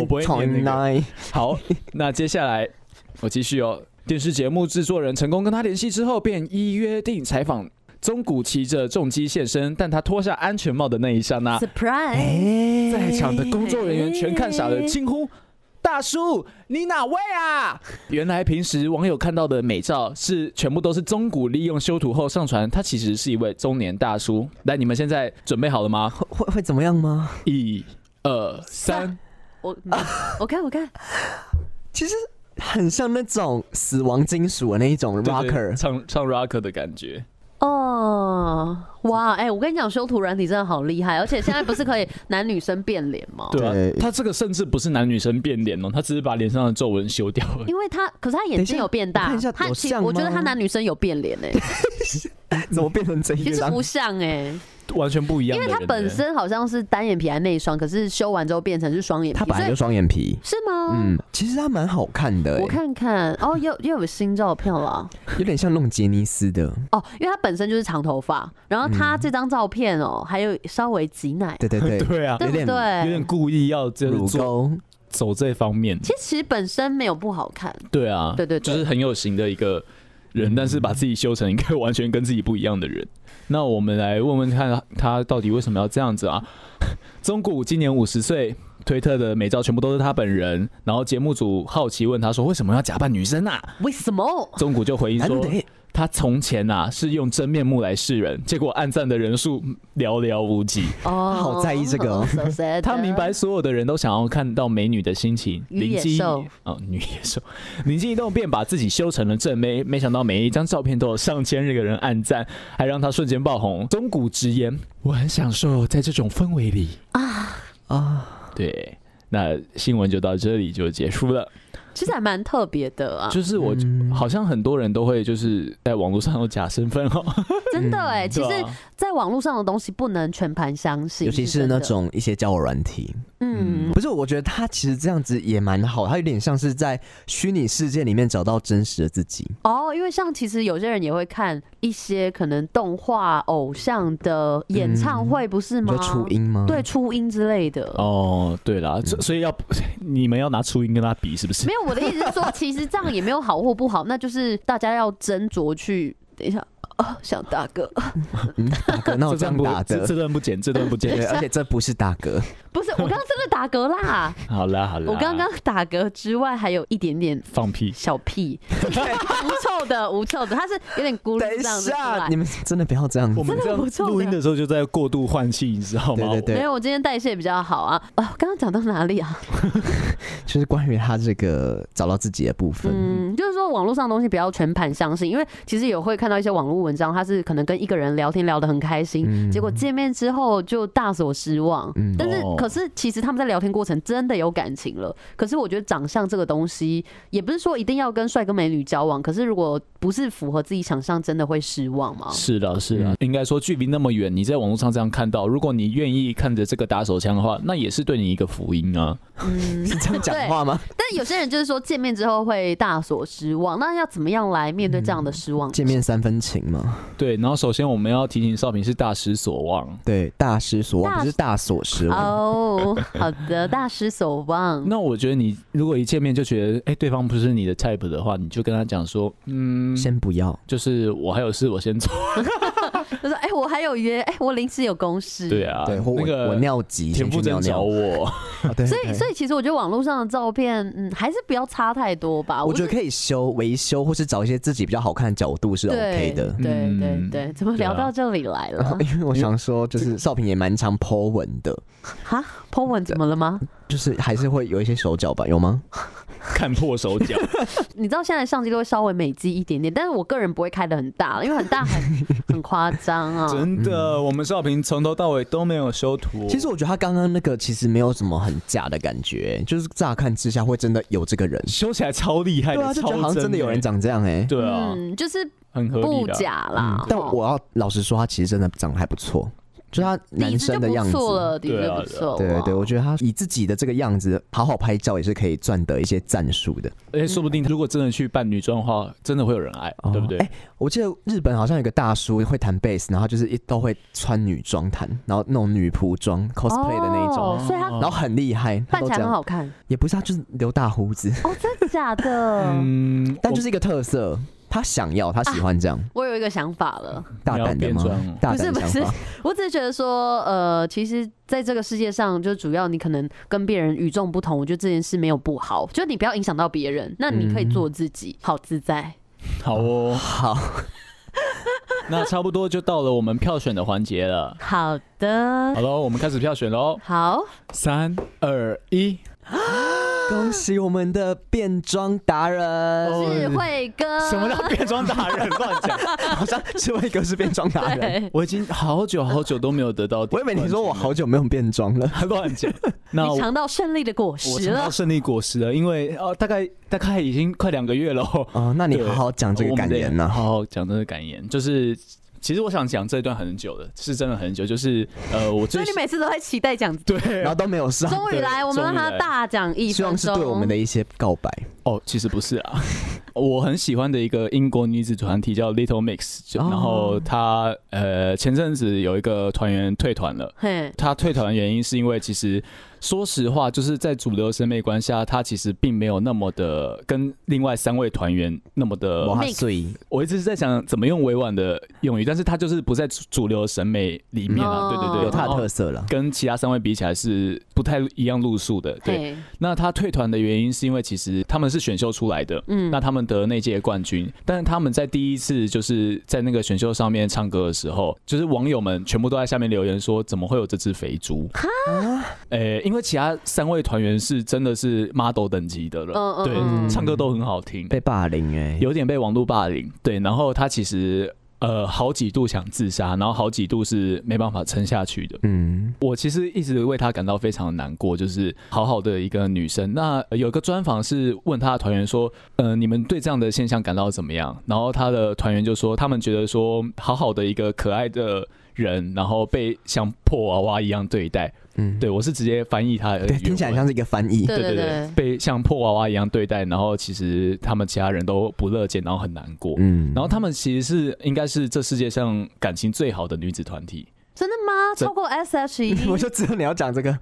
Speaker 2: 我不会念那个。
Speaker 3: 奶
Speaker 2: 好，那接下来我继续哦。电视节目制作人成功跟他联系之后，便依约定采访。宗谷骑着重机现身，但他脱下安全帽的那一刹那，
Speaker 1: surprise！
Speaker 3: 哎，
Speaker 2: 在场的工作人员全看傻了，惊呼：“大叔，你哪位啊？”原来平时网友看到的美照是全部都是宗谷利用修图后上传，他其实是一位中年大叔。来，你们现在准备好了吗？
Speaker 3: 会会会怎么样吗？
Speaker 2: 一、二、三。
Speaker 1: 我我看我看，
Speaker 3: 其实很像那种死亡金属的那一
Speaker 2: 对
Speaker 3: 种
Speaker 2: 对
Speaker 3: rocker，
Speaker 2: 唱唱 rocker 的感觉。
Speaker 1: 哦，哇，哎，我跟你讲，修图软体真的好厉害，而且现在不是可以男女生变脸吗？
Speaker 2: 对
Speaker 3: 对
Speaker 2: 啊，他这个甚至不是男女生变脸哦，他只是把脸上的皱纹修掉而已。
Speaker 1: 因为他，可是他眼
Speaker 3: 等一下
Speaker 1: 睛有变
Speaker 3: 我
Speaker 1: 大
Speaker 3: 看一下，
Speaker 1: 他
Speaker 3: 有
Speaker 1: 其
Speaker 3: 像
Speaker 1: 我觉得
Speaker 3: 吗
Speaker 1: 他男女生有变脸 哎，
Speaker 3: 怎么变成这
Speaker 1: 其实
Speaker 3: 样
Speaker 1: 不？像哎，
Speaker 2: 完全不一样
Speaker 1: 因
Speaker 2: 的
Speaker 1: 为
Speaker 2: 人
Speaker 1: 他
Speaker 2: 呢。
Speaker 1: 本身好像是单眼皮还内双，可是修完之后变成是双眼皮，
Speaker 3: 他本
Speaker 1: 所
Speaker 3: 来
Speaker 1: 以
Speaker 3: 就双眼皮，
Speaker 1: 是吗？
Speaker 3: 嗯，其实他蛮好看的、欸，欸
Speaker 1: 我看看哦，又又有新照片了
Speaker 3: 有点像弄杰尼斯的，
Speaker 1: 哦，因为他本身就是长头发，然后他这张照片哦，还有稍微挤奶，
Speaker 3: 嗯对对对，
Speaker 2: 对啊，
Speaker 1: 对不
Speaker 3: 有点
Speaker 2: 有点
Speaker 1: 对？
Speaker 2: 故意要就是
Speaker 3: 乳
Speaker 2: 做
Speaker 3: 沟，
Speaker 2: 走这方面。
Speaker 1: 其实其实本身没有不好看，
Speaker 2: 对啊，
Speaker 1: 对对对
Speaker 2: 就是很有型的一个人，但是把自己修成一个完全跟自己不一样的 人。那我们来问问看他到底为什么要这样子啊？ 中谷今年五十岁，推特的美照全部都是他本人。然后节目组好奇问他说：“为什么要假扮女生啊
Speaker 1: 为什么？”？
Speaker 2: 中谷就回应
Speaker 3: 难
Speaker 2: 说：“
Speaker 3: 得
Speaker 2: 他从前啊是用真面目来示人，结果暗赞的人数寥寥无几。
Speaker 1: 哦，
Speaker 3: 他好在意这个哦
Speaker 1: so sad
Speaker 2: 他明白所有的人都想要看到美女的心情。
Speaker 1: 与
Speaker 2: 灵
Speaker 1: 野
Speaker 2: 机一
Speaker 1: 兽
Speaker 2: 哦，女野兽， 灵机一动便把自己修成了正妹。没想到每一张照片都有上千个人暗赞，还让他瞬间爆红。中谷直言：“我很享受在这种氛围里。
Speaker 1: 啊，
Speaker 3: 啊，
Speaker 2: 对，那新闻就到这里就结束了。
Speaker 1: 其实还蛮特别的啊，
Speaker 2: 就是我、
Speaker 3: 嗯
Speaker 2: 好像很多人都会就是在网络上有假身份哦，
Speaker 1: 真的哎、其
Speaker 2: 对
Speaker 1: 实
Speaker 2: 啊
Speaker 1: 在网络上的东西不能全盘相信，
Speaker 3: 尤其是
Speaker 1: 真的
Speaker 3: 那，种一些交友软体，
Speaker 1: 嗯，
Speaker 3: 不是，我觉得他其实这样子也蛮好，他有点像是在虚拟世界里面找到真实的自己。
Speaker 1: 哦，因为像其实有些人也会看一些可能动画偶像的演唱会，不是
Speaker 3: 你
Speaker 1: 吗？
Speaker 3: 说嗯初音嗯吗？
Speaker 1: 对，初音之类的。
Speaker 2: 哦，对啦，
Speaker 3: 嗯
Speaker 2: 所所以要 你们要拿初音跟他比是不是
Speaker 1: 没？有，我的意思是说，其实这样也没有好或不好，那就是大家要斟酌去。等一下，啊，想打嗝，
Speaker 3: 嗯，打嗝，那我这样
Speaker 2: 不
Speaker 3: 打
Speaker 2: 这
Speaker 3: 的
Speaker 2: 这，段不剪，这段不
Speaker 3: 对，
Speaker 2: 剪。
Speaker 3: 而且这不是打嗝，
Speaker 1: 不是，我刚刚真的打嗝 啦，
Speaker 2: 好啦好啦，
Speaker 3: 啊
Speaker 1: 我刚刚打嗝之外还有一点点
Speaker 2: 放屁。
Speaker 1: 小屁， 无臭的，无臭的，它是有点咕噜
Speaker 3: 等一
Speaker 1: 这样子出
Speaker 3: 下，
Speaker 1: 来
Speaker 3: 你。们嗯真的不要这样
Speaker 2: 我
Speaker 3: 子。
Speaker 2: 们这样
Speaker 1: 不错的
Speaker 2: 录音的时候就在过度换气，你知道吗？
Speaker 3: 对对
Speaker 1: 没
Speaker 3: 对，
Speaker 1: 有，我今天代谢比较好啊。啊，刚刚讲到哪里啊？
Speaker 3: 就是关于他这个找到自己的部分。
Speaker 1: 嗯，就是说网络上的东西不要全盘相信，因为其实也会看到一些网络文章，他是可能跟一个人聊天聊得很开心，
Speaker 3: 嗯
Speaker 1: 结果见面之后就大所失望。
Speaker 3: 嗯
Speaker 1: 但是
Speaker 2: 哦，
Speaker 1: 可是其实他们在聊天过程真的有感情了。可是我觉得长相这个东西，也不是说一定要跟帅哥美女交往。可是如果不是符合自己想象，真的会失望 吗？
Speaker 2: 是的，是
Speaker 3: 嗯
Speaker 2: 的，应该说距离那么远，你在网络上这样看到，如果你愿意看着这个打手枪的话，那也是对你一个福音啊。
Speaker 1: 嗯，
Speaker 3: 是这样讲 话吗？
Speaker 1: 但有些人就是说见面之后会大所失望，那要怎么样来面对这样的失望？
Speaker 3: 嗯见面三分情嘛，
Speaker 2: 对，然后首先我们要提醒少平是大失所望。
Speaker 3: 对，大失所望，
Speaker 1: 大
Speaker 3: 不是大所失望。
Speaker 1: 哦，好的，大失所望。
Speaker 2: 那我觉得你如果一见面就觉得，哎、对方不是你的 type 的话，你就跟他讲说，嗯，
Speaker 3: 先不要，
Speaker 2: 就是我还有事，我先走。
Speaker 1: 他说：“哎、我还有约，哎、我临时有公事。”
Speaker 2: 对啊，
Speaker 3: 嗯对，或
Speaker 2: 那
Speaker 3: 我
Speaker 2: 个
Speaker 3: 我尿急，
Speaker 2: 田
Speaker 3: 先去
Speaker 2: 馥
Speaker 3: 尿
Speaker 2: 甄找
Speaker 3: 尿。
Speaker 2: 我，
Speaker 3: 哦对
Speaker 1: 所以
Speaker 3: 对
Speaker 1: 所以其实我觉得网络上的照片，嗯，还是不要差太多吧。
Speaker 3: 我觉得
Speaker 1: 是
Speaker 3: 可以修维修，或是找一些自己比较好看的角度是 OK 的。哎
Speaker 1: 对对
Speaker 2: 嗯
Speaker 1: 对，怎么
Speaker 2: 对啊
Speaker 1: 聊到这里来
Speaker 3: 然
Speaker 1: 了
Speaker 3: 后？因为我想说，就是少平也蛮常 Po 文的，
Speaker 1: 哈，Po 文怎么了吗？
Speaker 3: 就是还是会有一些手脚吧，有吗？
Speaker 2: 看破手脚。
Speaker 1: 你知道现在相机都会稍微美肌一点点，但是我个人不会开的很大，因为很大很 很夸张啊。
Speaker 2: 真的，我们少平从头到尾都没有修图。
Speaker 3: 其实我觉得他刚刚那个其实没有什么很假的感觉，就是乍看之下会真的有这个人，
Speaker 2: 修起来超厉害
Speaker 3: 对
Speaker 2: 的，
Speaker 3: 啊，就觉
Speaker 2: 哎超
Speaker 3: 得好像真的有人
Speaker 2: 欸。
Speaker 3: 长这样哎、
Speaker 2: 对啊，
Speaker 1: 嗯，就是
Speaker 2: 很合理
Speaker 1: 不
Speaker 2: 的啊。
Speaker 1: 假啦。
Speaker 3: 嗯但
Speaker 1: 哦
Speaker 3: 我要老实说，他其实真的长得还不错，就他
Speaker 1: 底
Speaker 3: 男
Speaker 1: 子就
Speaker 3: 生
Speaker 1: 不
Speaker 3: 的样子。
Speaker 1: 错了，底子
Speaker 2: 对
Speaker 1: 就
Speaker 2: 啊
Speaker 1: 不错了。
Speaker 3: 对对对，我觉得他以自己的这个样子好好拍照也是可以赚得一些赞数的。
Speaker 2: 而且说不
Speaker 1: 嗯
Speaker 2: 定如果真的去扮女装的话，真的会有人爱，
Speaker 3: 哦
Speaker 2: 对不对？
Speaker 3: 哎我记得日本好像有个大叔会弹贝斯，然后就是一都会穿女装弹，然后那种女仆装 cosplay 的那一种，
Speaker 1: 哦所以他
Speaker 3: 然后很厉害，他
Speaker 1: 扮
Speaker 3: 都
Speaker 1: 起
Speaker 3: 这
Speaker 1: 来很
Speaker 3: 样。
Speaker 1: 好看
Speaker 3: 也不是他就是留大胡子，
Speaker 1: 哦，真的假的？
Speaker 2: 嗯，
Speaker 3: 但就是一个特色，他想要，他喜欢这样，
Speaker 1: 我有一个想法 了。
Speaker 3: 大
Speaker 2: 啊
Speaker 3: 胆的吗
Speaker 2: 你要变装哦？
Speaker 3: 大
Speaker 1: 不是
Speaker 3: 胆
Speaker 1: 不
Speaker 3: 的想
Speaker 1: 是
Speaker 3: 法。，
Speaker 1: 我只是觉得说，呃，其实在这个世界上，就主要你可能跟别人与众不同，我觉得这件事没有不好，就你不要影响到别人，那你可以做自己，好自在。
Speaker 2: 好哦，
Speaker 3: 好，
Speaker 2: 那差不多就到了我们票选的环节了。
Speaker 1: 好的
Speaker 2: 好，喽，我们开始票选喽！
Speaker 1: 好，
Speaker 2: 三二一，
Speaker 3: 恭喜我们的变装达人，
Speaker 1: 智慧哥，
Speaker 2: 哦 什么叫变装达人？乱讲！
Speaker 3: 好像智慧哥是变装达人。
Speaker 1: 对，
Speaker 2: 我已经好久好久都没有得到。
Speaker 3: 我以为你说我好久没有变装了，
Speaker 2: 乱讲。那
Speaker 1: 你
Speaker 2: 我
Speaker 1: 尝到胜利的果
Speaker 2: 我
Speaker 1: 实
Speaker 2: 尝到
Speaker 1: 了。
Speaker 2: 胜利果实了，因为呃，大概大概已经快两个月了哦。
Speaker 3: 哦，那你
Speaker 2: 对
Speaker 3: 好好讲这个
Speaker 2: 我们
Speaker 3: 感
Speaker 2: 得
Speaker 3: 言啊呐、
Speaker 2: 好好讲这个感言，就是其实我想讲这一段很久了，是真的很久，就是呃，我
Speaker 1: 所
Speaker 2: 最
Speaker 1: 以你每次都在期待讲，
Speaker 2: 对
Speaker 3: 然后都没有上，
Speaker 1: 终于来，我们让他
Speaker 2: 终于来
Speaker 1: 大讲一
Speaker 3: 希
Speaker 1: 分
Speaker 3: 望是对我们
Speaker 1: 钟
Speaker 3: 的。一些告白。
Speaker 2: 哦，其实不是啊， 我很喜欢的一个英国女子团体叫 Little Mix，就、
Speaker 3: 哦
Speaker 2: 然后她呃前阵子有一个团员退团了。
Speaker 1: 嘿，
Speaker 2: 她退团的原因是因为，其实说实话，就是在主流审美观下，她其实并没有那么的跟另外三位团员那么的
Speaker 3: 哇
Speaker 1: Mix
Speaker 3: 塞，
Speaker 2: 我一直是在想怎么用委婉的用语，但是他就是不在主主流审美里面
Speaker 1: 嗯
Speaker 2: 啊，对对对，
Speaker 3: 有他的
Speaker 2: 然后
Speaker 3: 特色了。
Speaker 2: 跟其他三位比起来是不太一样路数的。对，
Speaker 1: 嘿，
Speaker 2: 那他退团的原因是因为其实他们是选秀出来的，
Speaker 1: 嗯
Speaker 2: 那他们得那届冠军，但是他们在第一次就是在那个选秀上面唱歌的时候，就是网友们全部都在下面留言说怎么会有这只肥猪？诶、因为其他三位团员是真的是 model 等级的了，
Speaker 1: 嗯嗯
Speaker 2: 对，
Speaker 1: 嗯
Speaker 2: 唱歌都很好听，
Speaker 3: 被霸凌哎、
Speaker 2: 有点被网络霸凌，对，然后他其实呃好几度想自杀，然后好几度是没办法撑下去的。
Speaker 3: 嗯，
Speaker 2: 我其实一直为她感到非常难过，就是好好的一个女生。那呃有一个专访是问她的团员说，呃，你们对这样的现象感到怎么样？然后她的团员就说，他们觉得说，好好的一个可爱的人，然后被像破娃娃一样对待。
Speaker 3: 嗯
Speaker 2: 对我是直接翻译她的原
Speaker 3: 对，
Speaker 2: 文，
Speaker 3: 听起来像是一个翻译。
Speaker 1: 对
Speaker 2: 对对，被像破娃娃一样对待，然后其实他们其他人都不乐见，然后很难过。
Speaker 3: 嗯，
Speaker 2: 然后他们其实是应该是这世界上感情最好的女子团体，
Speaker 1: 真的吗？
Speaker 2: 这
Speaker 1: 超过 S H E，
Speaker 3: 我就知道你要讲这个。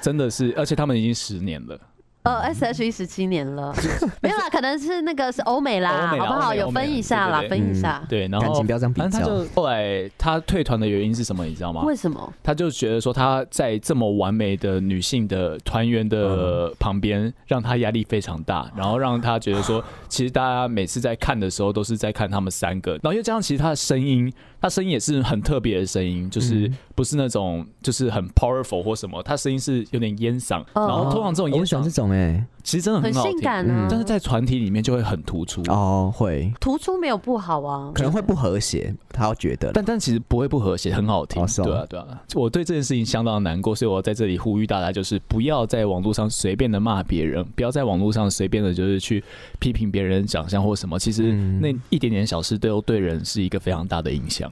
Speaker 2: 真的是，而且他们已经十年了。
Speaker 1: 呃 S H E 十七年 了，没有啦，可能是那个是欧美啦，
Speaker 2: 欧美啦
Speaker 1: 好不
Speaker 2: 欧
Speaker 1: 好？
Speaker 2: 美
Speaker 1: 有分一下啦，
Speaker 2: 欧美
Speaker 1: 分一下。
Speaker 2: 对，嗯然
Speaker 3: 啊感
Speaker 2: 后
Speaker 3: 情不要这样比较
Speaker 2: 反正他就后来他退团的原因是什么，你知道吗？
Speaker 1: 为什么？
Speaker 2: 他就觉得说他在这么完美的女性的团员
Speaker 3: 嗯
Speaker 2: 的旁边，让他压力非常大，然后让他觉得 说，其实大家每次在看的时候都是在看他们三个，然后又加上其实他的声音，他声音也是很特别的声音，
Speaker 3: 嗯
Speaker 2: 就是不是那种就是很 powerful 或什么，他声音是有点烟嗓，
Speaker 1: 哦
Speaker 2: 然后通常这种
Speaker 3: 我
Speaker 2: 烟
Speaker 3: 喜欢这
Speaker 2: 嗓
Speaker 3: 种哎、
Speaker 2: 其实真的
Speaker 1: 很
Speaker 2: 很好
Speaker 1: 性
Speaker 2: 听，
Speaker 1: 感啊
Speaker 3: 嗯，
Speaker 2: 但是在团体里面就会很突出。
Speaker 3: 哦，会
Speaker 1: 突出没有不好啊，
Speaker 3: 可能会不和谐，他要觉得。
Speaker 2: 但但其实不会不和谐，很好听。
Speaker 3: 哦是哦
Speaker 2: 对啊，对啊，我对这件事情相当难过，所以我在这里呼吁大家，就是不要在网络上随便的骂别人，不要在网络上随便的就是去批评别人长相或什么。其实
Speaker 3: 嗯
Speaker 2: 那一点点小事都对人是一个非常大的影响。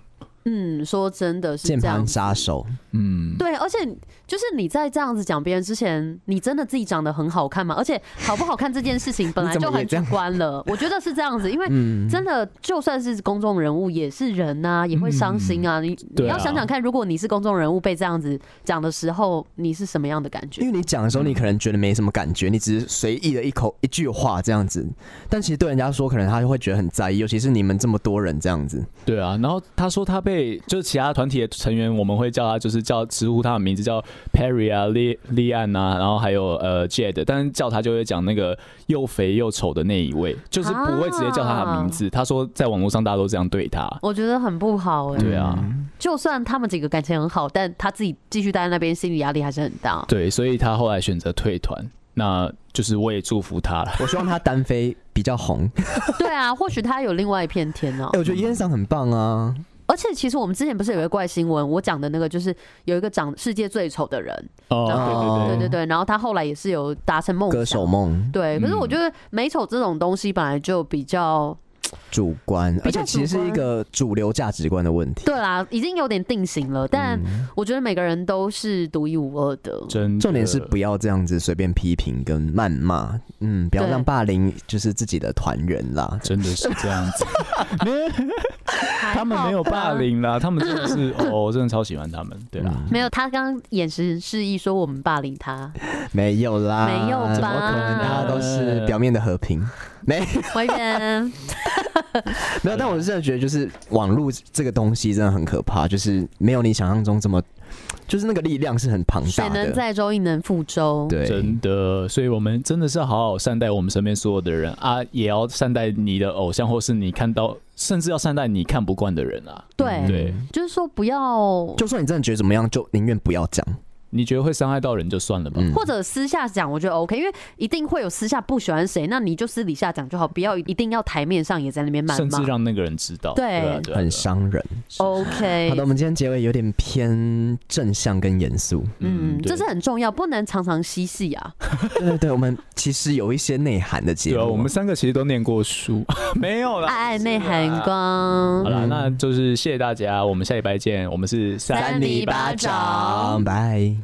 Speaker 1: 嗯，说真的是
Speaker 3: 键
Speaker 1: 这样
Speaker 3: 盘
Speaker 1: 子。
Speaker 3: 杀手，
Speaker 2: 嗯，
Speaker 1: 对，而且就是你在这样子讲别人之前，你真的自己长得很好看吗？而且好不好看这件事情本来
Speaker 3: 你怎
Speaker 1: 就
Speaker 3: 么也
Speaker 1: 很
Speaker 3: 这
Speaker 1: 主
Speaker 3: 样
Speaker 1: 观 了，我觉得是这样子，因为
Speaker 3: 嗯，
Speaker 1: 真的就算是公众人物也是人呐、也会伤心啊。你
Speaker 3: 嗯
Speaker 1: 你
Speaker 2: 对
Speaker 1: 要
Speaker 2: 啊
Speaker 1: 想想看，如果你是公众人物被这样子讲的时候，你是什么样的感
Speaker 3: 因
Speaker 1: 觉？
Speaker 3: 为你讲的时候，你可能觉得没什么感觉，你只是随意的一口一句话这样子，但其实对人家说，可能他就会觉得很在意，尤其是你们这么多人这样子，
Speaker 2: 对啊。然后他说他被就是其他团体的成员，我们会叫他就是叫直呼他的名字叫 Perry 啊、利利安啊，然后还有呃 Jade，但是叫他就会讲那个又肥又丑的那一位，就是不会直接叫他的名
Speaker 1: 啊
Speaker 2: 字。他说在网络上大家都这样对他。
Speaker 1: 我觉得很不好哎、
Speaker 2: 对啊，
Speaker 1: 就算他们几个感情很好，但他自己继续待在那边，心理压力还是很 大。
Speaker 2: 对，所以他后来选择退团，那就是我也祝福他了。
Speaker 3: 我希望他单飞比较红。
Speaker 1: 对啊，或许他有另外一片天呢、
Speaker 3: 哎、我觉得烟嗓很棒啊，
Speaker 1: 而且其实我们之前不是有一个怪新闻，我讲的那个就是有一个长世界最丑的人，
Speaker 3: 哦
Speaker 1: 对对对，然后他后来也是有达成梦想
Speaker 3: 歌手。梦
Speaker 1: 对，可是我
Speaker 2: 嗯
Speaker 1: 觉得美丑这种东西本来就比较
Speaker 3: 主观，
Speaker 1: 比
Speaker 3: 而
Speaker 1: 较
Speaker 3: 且其实
Speaker 1: 主观
Speaker 3: 是一个主流价值观的问题。
Speaker 1: 对啦，已经有点定型了。但
Speaker 3: 嗯
Speaker 1: 我觉得每个人都是独一无二的。
Speaker 2: 真的
Speaker 3: 重点是不要这样子随便批评跟谩骂，嗯，不要
Speaker 1: 对
Speaker 3: 让霸凌就是自己的团员啦。
Speaker 2: 真的是这样子，
Speaker 1: 他
Speaker 2: 他们没有嗯霸，凌啦，他们真的 是哦，我真的超喜欢他们，对啦。
Speaker 1: 没有。他刚刚眼神示意说我们霸凌他，
Speaker 3: 没有啦，
Speaker 1: 没有吧
Speaker 3: 怎么可能？大家都是表面的和平，没
Speaker 1: 完全
Speaker 3: 没有。但我真的觉得，就是网络这个东西真的很可怕，就是没有你想象中这么，就是那个力量是很庞
Speaker 1: 水
Speaker 3: 大
Speaker 1: 能
Speaker 3: 的。
Speaker 1: 载舟，亦能覆舟。
Speaker 3: 对，
Speaker 2: 真的，所以我们真的是要好好善待我们身边所有的人啊，也要善待你的偶像，或是你看到，甚至要善待你看不惯的人啊。
Speaker 1: 对
Speaker 2: 对，
Speaker 1: 就是说不要，
Speaker 3: 就算你真的觉得怎么样，就宁愿不要讲。
Speaker 2: 你觉得会伤害到人就算了吧。
Speaker 3: 嗯，
Speaker 1: 或者私下讲，我觉得 OK，因为一定会有私下不喜欢谁，那你就私底下讲就好，不要一定要台面上也在那边谩
Speaker 2: 甚至
Speaker 1: 骂。
Speaker 2: 让那个人知道，
Speaker 1: 对
Speaker 2: 对啊，对啊
Speaker 3: 很。伤人。
Speaker 1: OK，
Speaker 3: 好的，我们今天结尾有点偏正向跟 严肃。
Speaker 2: 对啊
Speaker 1: 嗯，
Speaker 2: 对
Speaker 1: 这是很重要，不能常常嬉戏啊。
Speaker 3: 对对对，我们其实有一些内涵的节
Speaker 2: 对
Speaker 3: 目
Speaker 2: 啊，
Speaker 3: 啊。
Speaker 2: 我们三个其实都念过书， 没有啦。啊
Speaker 1: 爱爱内涵光
Speaker 2: 好，啦，
Speaker 3: 嗯
Speaker 2: 那就是谢谢大家，我们下礼拜见。我们是
Speaker 1: 三里八掌
Speaker 3: 拜。